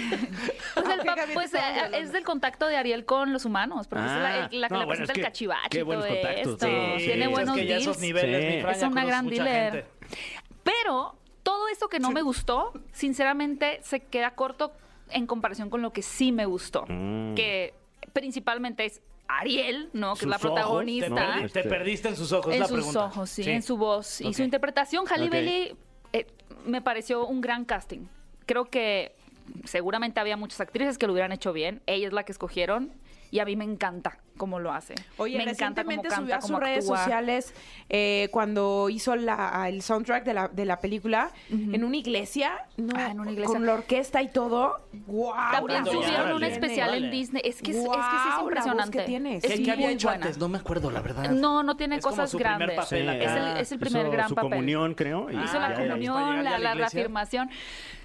G: pues el
B: ¿Qué
G: pap-
B: gaviota
G: pues, eh,
B: estamos hablando?
G: es del contacto de Ariel con los humanos, porque es la,
H: Ah,
G: el- la que
H: no,
G: le
H: bueno,
G: presenta
H: es
G: el
H: que-
G: cachivache
H: qué
G: y todo
H: buenos contactos, sí,
G: esto.
H: sí.
G: Tiene
H: Es
G: buenos
C: que ya esos
G: deals.
C: niveles,
H: Sí.
C: mi Fran,
G: Es
C: ya
G: una
C: conoces
G: gran
C: mucha
G: dealer.
C: gente.
G: Pero todo esto que no me gustó, sinceramente, se queda corto en comparación con lo que sí me gustó. Que principalmente es Ariel, ¿no? Que es
C: Sus
G: la
C: ojos,
G: protagonista.
C: Te, perdi- te
H: Este.
C: perdiste en sus ojos,
G: en
C: es la
G: sus
C: pregunta.
G: ojos, sí, en su voz. Y su interpretación, Halle
H: Ok.
G: Bailey, eh, me pareció un gran casting. Creo que seguramente había muchas actrices que lo hubieran hecho bien. Ella es la que escogieron. Y a mí me encanta cómo lo hace.
B: Oye,
G: me encanta cómo
B: recientemente
G: canta,
B: subió a
G: cómo
B: sus redes
G: actúa.
B: sociales eh, cuando hizo la- el soundtrack de la, de la película en una iglesia, no,
G: Ah, en una iglesia.
B: con la orquesta y todo. ¡Guau! la
G: También
B: voz
G: subieron
B: que
G: un
B: tiene.
G: especial
C: Ah, Órale.
G: en Disney. Es que es,
B: Guau,
G: es que sí
B: la
G: es
B: voz
G: impresionante.
B: que tiene.
G: Es
B: ¿Qué-
G: muy
B: qué había
G: buena.
H: No me acuerdo, la verdad.
G: No, no tiene
C: Es como
G: cosas
C: su primer
G: grandes.
C: papel
G: es,
C: acá.
G: el, es el primer gran
H: su
G: papel.
H: comunión, creo. y-
G: Hizo
C: Ah,
G: la
C: ya, ya.
G: comunión,
C: Para llegar
G: la,
C: a la
G: la
C: iglesia.
G: reafirmación.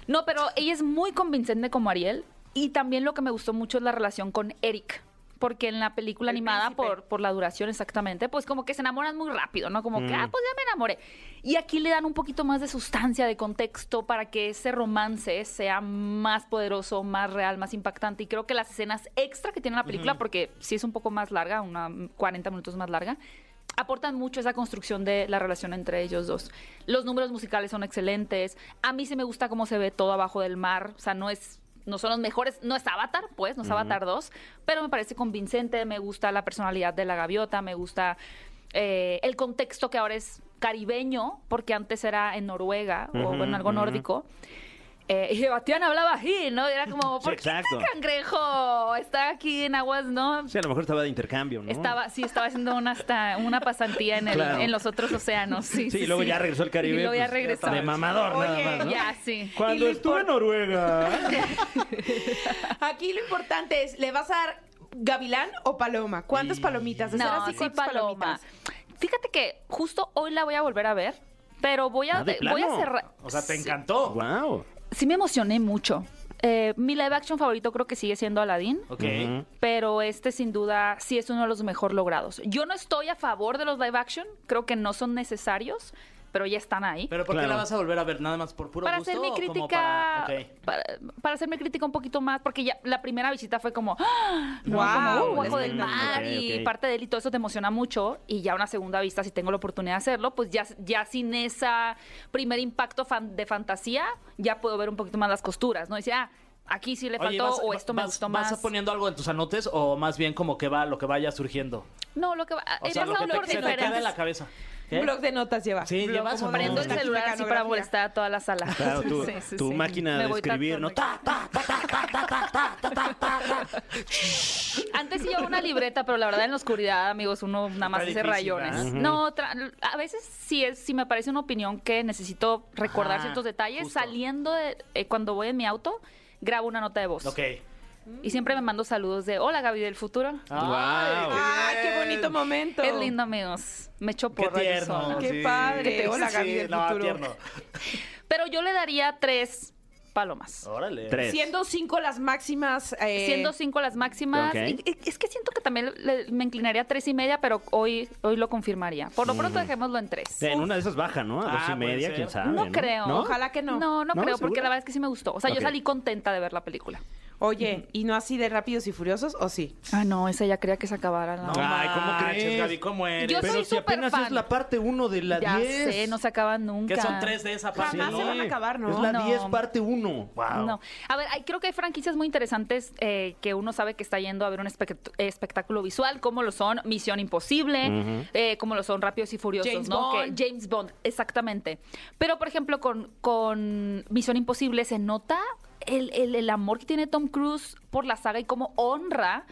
G: No, pero ella es muy convincente como Ariel. Y también lo que me gustó mucho es la relación con Eric. Porque en la película
B: El
G: animada,
B: príncipe.
G: por, por la duración exactamente, pues como que se enamoran muy rápido, ¿no? Como
C: Mm.
G: que, ah, pues ya me enamoré. Y aquí le dan un poquito más de sustancia, de contexto, para que ese romance sea más poderoso, más real, más impactante. Y creo que las escenas extra que tiene la película, porque sí es un poco más larga, una mm, 40 minutos más larga, aportan mucho a esa construcción de la relación entre ellos dos. Los números musicales son excelentes. A mí sí me gusta cómo se ve todo abajo del mar. O sea, no es no son los mejores, no es Avatar, pues, no es Avatar 2, pero me parece convincente, me gusta la personalidad de la gaviota, me gusta eh, el contexto que ahora es caribeño, porque antes era en Noruega o en algo nórdico. Eh, y Sebastián hablaba así, ¿no? Era como,
H: Sí,
G: ¿por qué
H: exacto.
G: este cangrejo está aquí en aguas, no?
H: Sí, a lo mejor estaba de intercambio, ¿no?
G: Estaba, sí, estaba haciendo una, hasta, una pasantía en, el-
H: Claro.
G: en los otros océanos. Sí,
H: Sí, y luego ya regresó al Caribe,
G: Y luego ya
H: pues,
G: regresó.
H: de mamador,
B: Oye,
H: nada más, ¿no?
G: Ya, sí.
B: Cuando Y le estuve en import-
H: Noruega.
B: Aquí lo importante es, ¿le vas a dar gavilán o paloma? ¿Cuántas palomitas? De ser
G: No,
B: así,
G: sí,
B: ¿cuántas
G: Paloma.
B: palomitas?
G: Fíjate que justo hoy la voy a volver a ver, pero voy a,
H: Ah, ¿de
G: voy a
H: plano?
G: cerrar.
C: O sea, te encantó.
H: wow.
G: Sí me emocioné mucho. Eh, mi live action favorito creo que sigue siendo Aladdin.
C: Ok.
H: Ujú.
G: Pero este sin duda sí es uno de los mejor logrados. Yo no estoy a favor de los live action, creo que no son necesarios, pero ya están ahí.
C: Pero ¿por qué
H: Claro.
C: la vas a volver a ver? ¿Nada más por puro
G: para
C: gusto?
G: hacer mi
C: o como
G: crítica
C: Para... ok.
G: para, para hacer mi crítica un poquito más porque ya la primera visita fue como ¡Ah! no,
B: Guau,
G: como, "Uh,
B: es
G: Guajo del
H: lindo.
G: mar
H: Ok,
G: y
H: ok.
G: parte de él y todo eso te emociona mucho y ya una segunda vista si tengo la oportunidad de hacerlo pues ya ya sin esa primer impacto fan- de fantasía ya puedo ver un poquito más las costuras no dice ah aquí sí le faltó
C: Oye,
G: o esto me
C: vas-
G: gustó
C: ¿Vas
G: más
C: a poniendo algo en tus anotes o más bien como que va lo que vaya surgiendo?
G: no lo que va-
C: O
G: he
C: sea, lo que
G: pasado
C: te,
G: por
C: se te quede en la
G: diferentes
C: cabeza.
B: Un blog de notas lleva.
C: Sí,
B: Blog
C: llevas
B: como
C: o no.
B: de
G: prendo el
B: notas,
G: celular así para
B: mecanografía.
G: molestar a toda la sala
H: Claro, tu,
G: Sí, sí,
H: tu
G: sí.
H: máquina
G: Me
H: de
G: voy
H: escribir,
G: tatuando
H: ¿no? Ta, ta, ta, ta, ta, ta, ta, ta, ta, ta, ta.
G: Antes sí llevaba una libreta, pero la verdad en la oscuridad, amigos, uno nada más hace
C: Está difícil,
G: rayones.
C: ¿verdad?
G: No, tra- a veces sí es, sí me parece una opinión que necesito recordar
C: Ajá,
G: ciertos detalles.
C: justo.
G: Saliendo de, eh, cuando voy en mi auto, grabo una nota de voz.
C: Ok.
G: Y siempre me mando saludos de hola Gaby del futuro.
C: Ay,
B: ¡Ah, qué bonito momento!
G: Es lindo, amigos. Me echo
C: ¡Qué
G: por
C: tierno!
B: Qué padre. Hola,
C: Sí,
B: Gaby del
C: no,
B: futuro.
C: tierno.
G: Pero yo le daría tres palomas.
C: Órale.
H: Tres.
B: Siendo cinco las máximas. eh,
G: Siendo cinco las máximas.
H: Ok.
G: Y- y- es que siento que también le- me inclinaría a tres y media, pero hoy, hoy lo confirmaría. Por lo pronto dejémoslo en tres.
H: En una de esas baja, ¿no? A dos
C: Ah,
H: y media,
C: puede
H: quién
C: ser.
H: sabe.
G: No creo.
B: Ojalá que no.
G: No, no,
H: ¿No?
G: creo, porque
H: ¿Segura?
G: la verdad es que sí me gustó. O sea,
H: Ok.
G: yo salí contenta de ver la película.
B: Oye, ¿y no así de rápidos y furiosos o sí?
G: Ah, no, esa ya creía que se acabara. la-
C: No
H: Ay, ¿cómo
C: manches,
H: crees?
C: Gaby, ¿cómo eres?
G: Yo
H: Pero
G: soy
H: si apenas
G: superfan.
H: es la parte 1 de la
G: ya
H: 10.
G: sé, no se acaba nunca.
C: Que son tres de esa parte,
B: Jamás
C: ¿no?
B: se van a acabar, ¿no?
H: Es la
G: No.
H: 10 parte 1.
C: Wow.
G: No. A ver, hay- creo que hay franquicias muy interesantes eh, que uno sabe que está yendo a ver un espect- espectáculo visual, como lo son Misión Imposible, eh, como lo son Rápidos y Furiosos,
B: James
G: ¿no?
B: Bond.
G: Que James Bond, exactamente. Pero, por ejemplo, con, con Misión Imposible se nota el, el- el amor que tiene Tom Cruise por la saga y cómo honra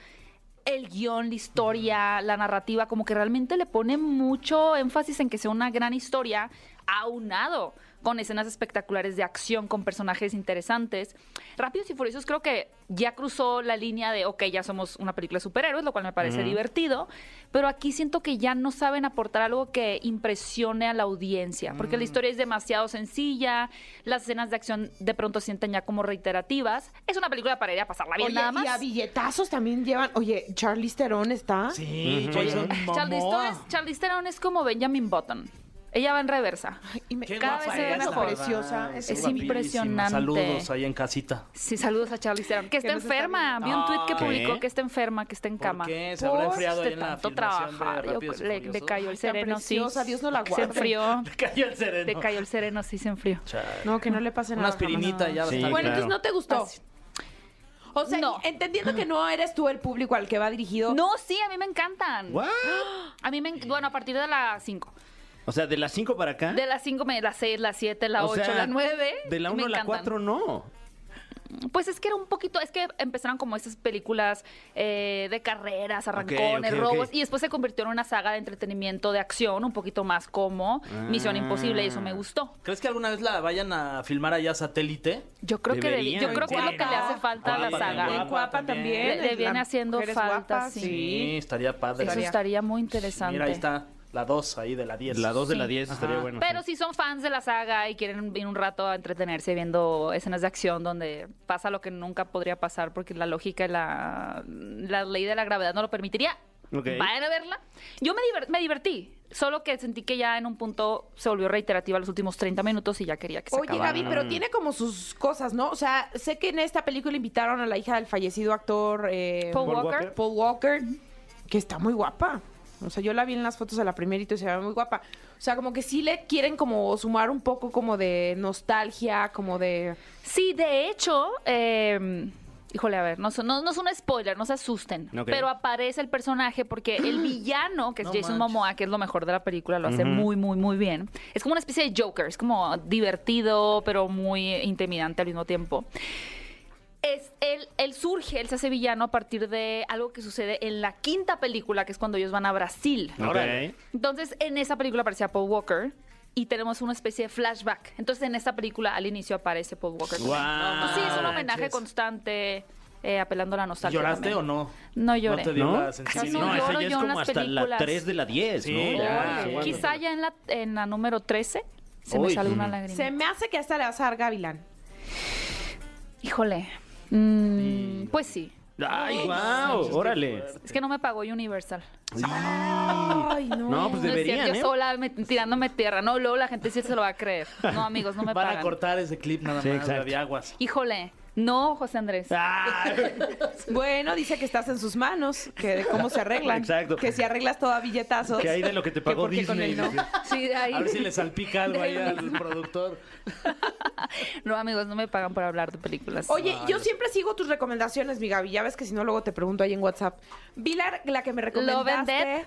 G: el guión, la historia, la narrativa, como que realmente le pone mucho énfasis en que sea una gran historia aunado con escenas espectaculares de acción, con personajes interesantes. Rápidos y Furiosos creo que ya cruzó la línea de, ok, ya somos una película de superhéroes, lo cual me parece divertido, pero aquí siento que ya no saben aportar algo que impresione a la audiencia, porque la historia es demasiado sencilla, las escenas de acción de pronto se sienten ya como reiterativas. Es una película para ir a pasarla bien
B: Oye,
G: nada más.
B: y a billetazos también llevan. Oye, Charlize Theron está.
C: Sí,
G: Oye,
C: Jason
G: Charlize
C: Momoa.
G: Theron es- Charlize Theron es como Benjamin Button. Ella va en reversa.
B: Ay, y me-
C: Qué
G: cada
C: guapa
G: vez se ve
C: es, la
G: mejor.
C: verdad.
B: Preciosa, es
G: Es
C: guapísima.
G: impresionante.
C: Saludos ahí en casita.
G: Sí, saludos a Charlize Theron, que está
B: Que nos está
G: enferma.
B: viendo.
G: Vi un tuit que
C: Ah.
G: publicó
H: ¿Qué?
G: que está enferma, que está en
C: ¿Por
G: cama.
C: qué? ¿Se habrá
G: Pues,
C: enfriado ahí
G: de
C: en la
G: tanto
C: filmación de
G: trabajar, yo-
C: Rápidos y
G: le,
C: Furiosos?
G: le cayó
B: Tan
G: el sereno, sí.
B: preciosa, Dios no la
G: Se
B: guarde.
G: enfrió.
C: Le cayó el sereno.
G: Le cayó el sereno, sí se enfrió.
C: Chale.
B: No, que no le pase nada.
C: Una
B: jamás.
C: aspirinita ya.
H: Sí,
C: está
B: Bueno,
C: bien.
B: entonces no te gustó.
G: Así.
B: O sea,
G: No.
B: y entendiendo que no eres tú el público al que va dirigido.
G: No, sí, a mí me encantan. A mí me en- bueno, a partir de las 5.
H: O sea, de las 5 para
C: ¿Ah?
H: acá.
G: De las 5 me las 6, las 7, la
H: o
G: 8,
H: sea,
G: la 9.
H: De la 1 a la 4 no.
G: Pues es que era un poquito, es que empezaron como esas películas eh, de carreras, arrancones,
F: ok,
G: robos,
F: ok.
G: y después se convirtió en una saga de entretenimiento de acción, un poquito más como Misión Imposible, y eso
F: Ah.
G: me gustó.
I: ¿Crees que alguna vez la vayan a filmar allá satélite?
G: Yo creo que debí-
I: Deberían,
G: yo creo que es lo que le hace falta a la
I: Guapa,
G: saga.
F: Ah,
I: guapa
B: En Cuapa también.
G: Le- le
B: en
G: viene
B: la
G: haciendo
B: Mujeres
G: falta,
B: Guapas,
G: sí.
I: Sí, estaría padre.
G: Eso estaría muy interesante.
I: Mira, ahí está la 2 ahí de la 10.
D: La 2 de
G: Sí.
D: la 10 estaría
I: Ajá.
D: bueno.
G: Pero
D: sí.
G: si son fans de la saga y quieren ir un rato a entretenerse viendo escenas de acción donde pasa lo que nunca podría pasar porque la lógica y la, la ley de la gravedad no lo permitiría,
D: Ok.
G: vayan a verla. Yo me, diver- me divertí, solo que sentí que ya en un punto se volvió reiterativa los últimos 30 minutos y ya quería que se
B: Oye,
G: acabara.
B: Gaby, pero tiene como sus cosas, ¿no? O sea, sé que en esta película invitaron a la hija del fallecido actor eh,
G: Paul Walker.
B: Paul Walker, que está muy guapa. O sea, yo la vi en las fotos de la primerita y se ve muy guapa. O sea, como que sí le quieren como sumar un poco como de nostalgia, como de...
G: Sí, de hecho, eh, híjole, a ver, no, son- no, no es un spoiler, no se asusten,
D: Ok.
G: pero aparece el personaje porque el villano, que es
I: No
G: Jason
I: manches.
G: Momoa, que es lo mejor de la película, lo hace muy, muy, muy bien. Es como una especie de Joker, es como divertido, pero muy intimidante al mismo tiempo. Es, él, él surge, él se hace villano a partir de algo que sucede en la quinta película, que es cuando ellos van a Brasil.
D: Ok.
I: Órale.
G: Entonces, en esa película aparecía Paul Walker y tenemos una especie de flashback. Entonces, en esta película al inicio aparece Paul Walker. también.
D: Guau.
G: Pues sí, es un
I: manches.
G: homenaje constante, eh, apelando a la nostalgia.
I: ¿Lloraste o
G: también.
I: no?
G: No lloré.
I: te dio
D: ¿No?
I: la sensibilidad.
G: No,
D: No, esa
G: lloro
D: ya es
G: yo en
D: como
G: las
D: hasta la
G: películas.
D: 3 de la 10,
I: Sí,
D: ¿no?
I: ya,
G: Oye,
I: bueno.
G: Quizá ya en la, en la número 13 se me
I: Uy.
G: sale una
I: Mm.
G: lágrima.
B: Se me hace que hasta le vas a dar Gavilán.
G: Híjole. Mm, pues sí.
D: Ay, wow, órale.
G: Es que no me pagó Universal.
B: Ay, no.
D: No, pues
G: No es
D: deberían,
G: cierto,
D: ¿eh?
G: yo sola me- tirándome tierra. No, luego la gente sí se lo va a creer. No, amigos, no me
I: Van a
G: pagan.
I: cortar ese clip nada
D: Sí,
I: más
D: exacto.
I: de aguas.
G: Híjole. No, José Andrés.
D: Ah,
B: Bueno, dice que estás en sus manos, que de cómo se arreglan.
D: Exacto.
B: Que si arreglas todo a billetazos.
D: que hay de lo que te pagó
B: porque con
D: Disney.
B: él no.
D: dice.
G: Sí, de ahí.
I: A ver si le salpica algo ahí al productor.
G: No, amigos, no me pagan por hablar de películas.
B: Oye, yo siempre sigo tus recomendaciones, mi Gaby. Ya ves que si no, luego te pregunto ahí en WhatsApp. Vilar, la que me
G: Love and
B: recomendaste.
G: Death.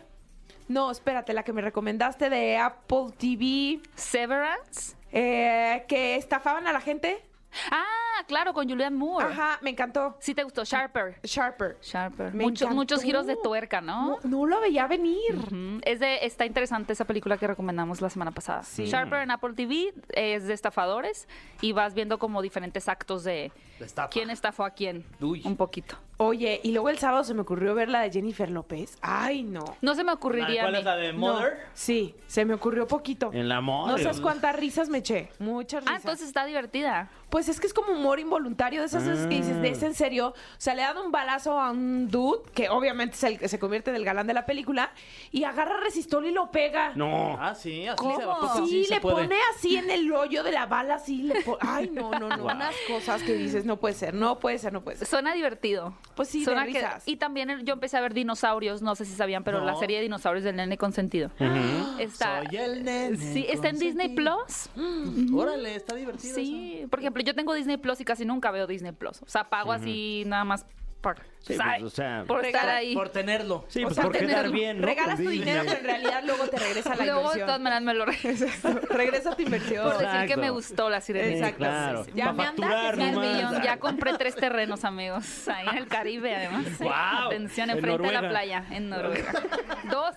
B: No, espérate, la que me recomendaste de Apple TV,
G: Severance.
B: eh, que estafaban a la gente.
G: Ah, claro, con Julianne Moore.
B: Ajá, me encantó.
G: Sí te gustó, Sharper.
B: Sharper.
G: Sharper.
B: Me
G: Muchos,
B: encantó.
G: muchos giros de tuerca, ¿no?
B: No, no lo veía venir.
G: Mm, Es de, está interesante esa película que recomendamos la semana pasada. Sharper en Apple TV es de estafadores y vas viendo como diferentes actos de
I: La estafa.
G: quién estafó a quién.
I: Uy.
G: Un poquito.
B: Oye, y luego el sábado se me ocurrió ver la de Jennifer López. Ay, no.
G: No se me
I: Ah,
G: ocurriría.
I: ¿Cuál
G: a
I: es
G: mí.
I: la de
B: No.
I: Mother?
B: Sí, se me ocurrió poquito.
D: En la
B: No
D: moda.
B: sabes cuántas risas me eché. Muchas risas.
G: Ah, entonces está divertida.
B: Pues es que es como humor involuntario de esas veces que dices, de,
D: Ah.
B: ¿es en serio? O sea, le dan un balazo a un dude, que obviamente es el que se convierte en el galán de la película, y agarra resistol y lo pega.
D: No.
I: Ah, sí, así se
G: ¿Cómo?
I: ¿a poco
B: Sí,
I: así se
B: le
I: puede?
B: pone así en el hoyo de la bala, así le po- Ay, no, no, no. Unas cosas que dices, no puede ser, no puede ser, no puede ser.
G: Suena divertido.
B: Pues sí, de
G: Suena que-
B: risas.
G: Y también el- yo empecé a ver dinosaurios, no sé si sabían, pero
I: No.
G: la serie de dinosaurios del nene consentido. Está,
I: Soy el nene
G: sí, está en Disney
I: consentido.
G: Plus. Mm,
B: Mm.
I: Órale, está divertido eso.
G: Sí, por ejemplo, yo tengo Disney Plus y casi nunca veo Disney Plus. O sea, pago así nada más por,
D: Sí,
G: ¿sabe?
D: pues, o sea,
G: por estar ahí.
I: Por tenerlo.
D: Sí,
G: O
D: pues
G: sea,
D: por quedar
G: tenerlo.
D: bien, ¿no? Pues
B: Regalas
D: Con
B: tu
D: Disney.
B: dinero, pero en realidad luego te regresa la
G: Luego de todas
B: inversión.
G: maneras me lo regreso.
B: Regresa tu inversión.
G: por decir que
D: Exacto.
G: me gustó la sirenita.
B: Exacto.
D: Pues claro.
B: Sí, sí. Ya
D: Pa'
B: me
D: facturar
B: andas
G: Mil
D: nomás.
G: millón. Ya compré tres terrenos, amigos. Ahí en el Caribe, además.
D: Guau.
G: Atención,
D: En
G: enfrente de la
D: Noruega.
G: playa, en Noruega. Dos.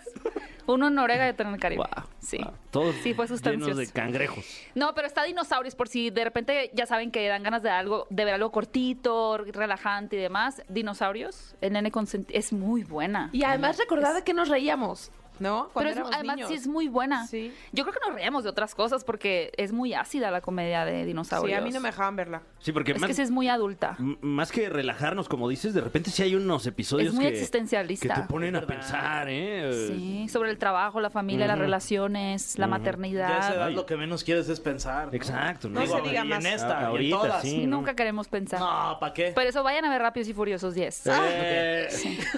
G: Uno en Noruega y otro en el Caribe.
D: Guau,
G: Sí.
D: guau. Todos
G: Sí, fue
D: llenos de
G: sustancioso.
D: cangrejos.
G: No, pero está dinosaurios por si de repente ya saben que dan ganas de algo, de ver algo cortito, relajante y demás. Dinosaurios, el nene consentido es muy buena.
B: Y además recordar de que nos reíamos, ¿no?
G: pero
B: Cuando
G: es-
B: éramos
G: además
B: niños.
G: sí es muy buena.
B: Sí.
G: Yo creo que nos reíamos de otras cosas porque es muy ácida la comedia de dinosaurios.
B: Sí, a mí no me dejaban verla.
D: Sí, porque
G: Es
D: más,
G: que sí es muy adulta.
D: m- más que relajarnos, como dices, de repente sí hay unos episodios
G: Es muy
D: que,
G: existencialista.
D: que te ponen a pensar, ¿eh?
G: Sí, sobre el trabajo, la familia, las relaciones, la
I: Ya a esa
G: maternidad.
I: edad lo que menos quieres es pensar. ¿no?
D: Exacto, ¿no?
B: No
I: Digo,
B: se diga
I: y
B: más.
I: en esta, y
D: Ahorita,
I: en todas.
D: sí. ¿no?
G: Nunca queremos pensar.
I: No, ¿para qué?
G: Por eso vayan a ver Rápidos y Furiosos 10.
I: Eh,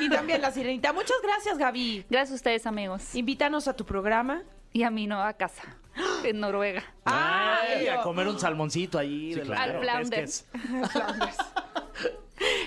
B: Y también la sirenita. Muchas gracias, Gaby.
G: Gracias a ustedes, amigos.
B: Invítanos a tu programa.
G: Y a mi nueva casa, en Noruega.
D: Ah,
I: ay,
B: Ay,
I: a
B: yo.
I: comer un salmoncito ahí. de los
G: claro. Al
I: que
G: flounder.
I: pesques.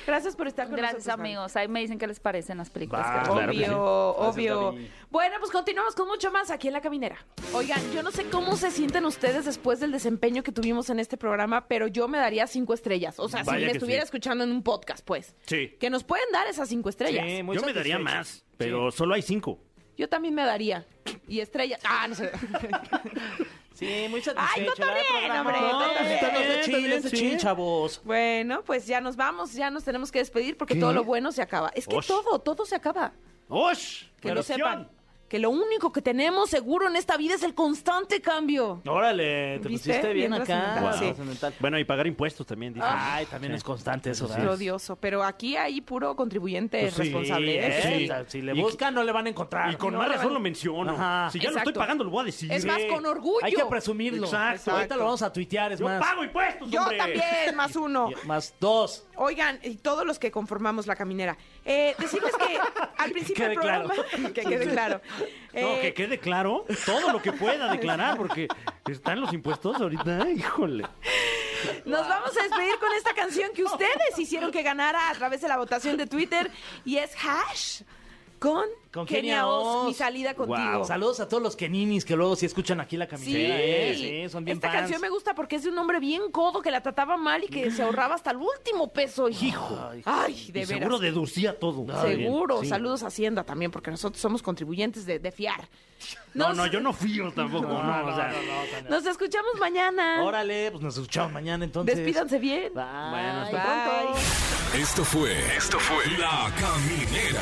B: Gracias por estar con
G: Gracias,
B: nosotros. Ana.
G: amigos. Ahí me dicen qué les parecen las películas.
D: Va.
G: que-
D: Ah, claro que sí.
B: obvio,
I: Gracias,
B: obvio.
I: Dani.
B: Bueno, pues continuamos con mucho más aquí en La Caminera. Oigan, yo no sé cómo se sienten ustedes después del desempeño que tuvimos en este programa, pero yo me daría cinco estrellas. O sea,
D: Vaya
B: si me
D: que
B: estuviera
D: sí.
B: escuchando en un podcast, pues.
D: Sí.
B: Que nos pueden dar esas cinco estrellas.
C: muy
D: Yo me daría
C: satisfecho.
D: más, pero solo hay cinco.
B: Yo también me daría. Y estrellas. Ah, no sé.
C: Sí, muy
B: Ay, no,
C: satisfecho.
B: está
C: ¿verdad,
B: bien,
C: programa?
B: hombre,
C: No,
B: está bien.
C: está bien,
D: Está bien,
C: está
D: sí.
C: bien, chavos.
B: Bueno, pues ya nos vamos, ya nos tenemos que despedir porque todo lo bueno se acaba. Es que
D: Osh.
B: todo, todo se acaba.
D: ¡Osh!
B: Que lo
D: ¡Erupción!
B: sepan. Que lo único que tenemos seguro en esta vida es el constante cambio.
C: Órale,
D: Pues
C: te
B: ¿Viste?
C: pusiste bien
B: Bien
C: acá.
B: trascendental,
D: sí.
C: trascendental.
D: Bueno, y pagar impuestos también, dice.
C: Ay, también es constante eso,
B: Es
C: ¿verdad?
B: odioso, pero aquí hay puro contribuyente
C: Pues sí,
B: responsable. ¿eh?
C: ¿eh?
D: Sí.
C: O sea, Si le
D: Y-
C: buscan, no le van a encontrar.
D: Y con
B: No
D: más
B: le
D: razón
B: van-
D: lo menciono.
C: Ajá.
D: Si ya lo
B: Exacto.
D: estoy pagando, lo voy a decir.
B: Es más,
D: Sí.
B: con orgullo.
C: Hay que presumirlo.
D: Exacto.
C: Ahorita lo vamos a tuitear, es
D: Yo
C: más.
D: pago impuestos,
B: Yo
D: hombre.
B: también, más uno.
C: Más dos.
B: Oigan, y todos los que conformamos la caminera. Eh, decirles que al principio del
C: Quede claro.
B: programa. Que quede claro.
D: No,
B: Eh,
D: que quede claro todo lo que pueda declarar, porque están los impuestos ahorita. Híjole.
B: Nos vamos a despedir con esta canción que ustedes hicieron que ganara a través de la votación de Twitter y es Hash con,
C: Con Kenia
B: Kenia Oz,
C: Oz.
B: mi salida contigo.
C: Saludos a todos los keninis que luego sí escuchan aquí la
B: Sí,
C: caminera. ¿eh? Sí, son bien
B: esta
C: fans.
B: canción me gusta porque es de un hombre bien codo que la trataba mal y que se ahorraba hasta el último peso. Hijo. Ay, de
D: Y
B: veras.
D: seguro deducía todo.
B: Seguro.
D: Sí.
B: Saludos a Hacienda también porque nosotros somos contribuyentes de, de fiar.
D: No,
B: Nos-
D: no, yo no fío tampoco. No, o sea,
B: Nos escuchamos mañana.
C: Órale, pues nos escuchamos mañana entonces.
B: Despídanse bien.
C: Bye.
D: Bueno, hasta
B: Bye.
A: Esto fue. Esto fue. La Caminera.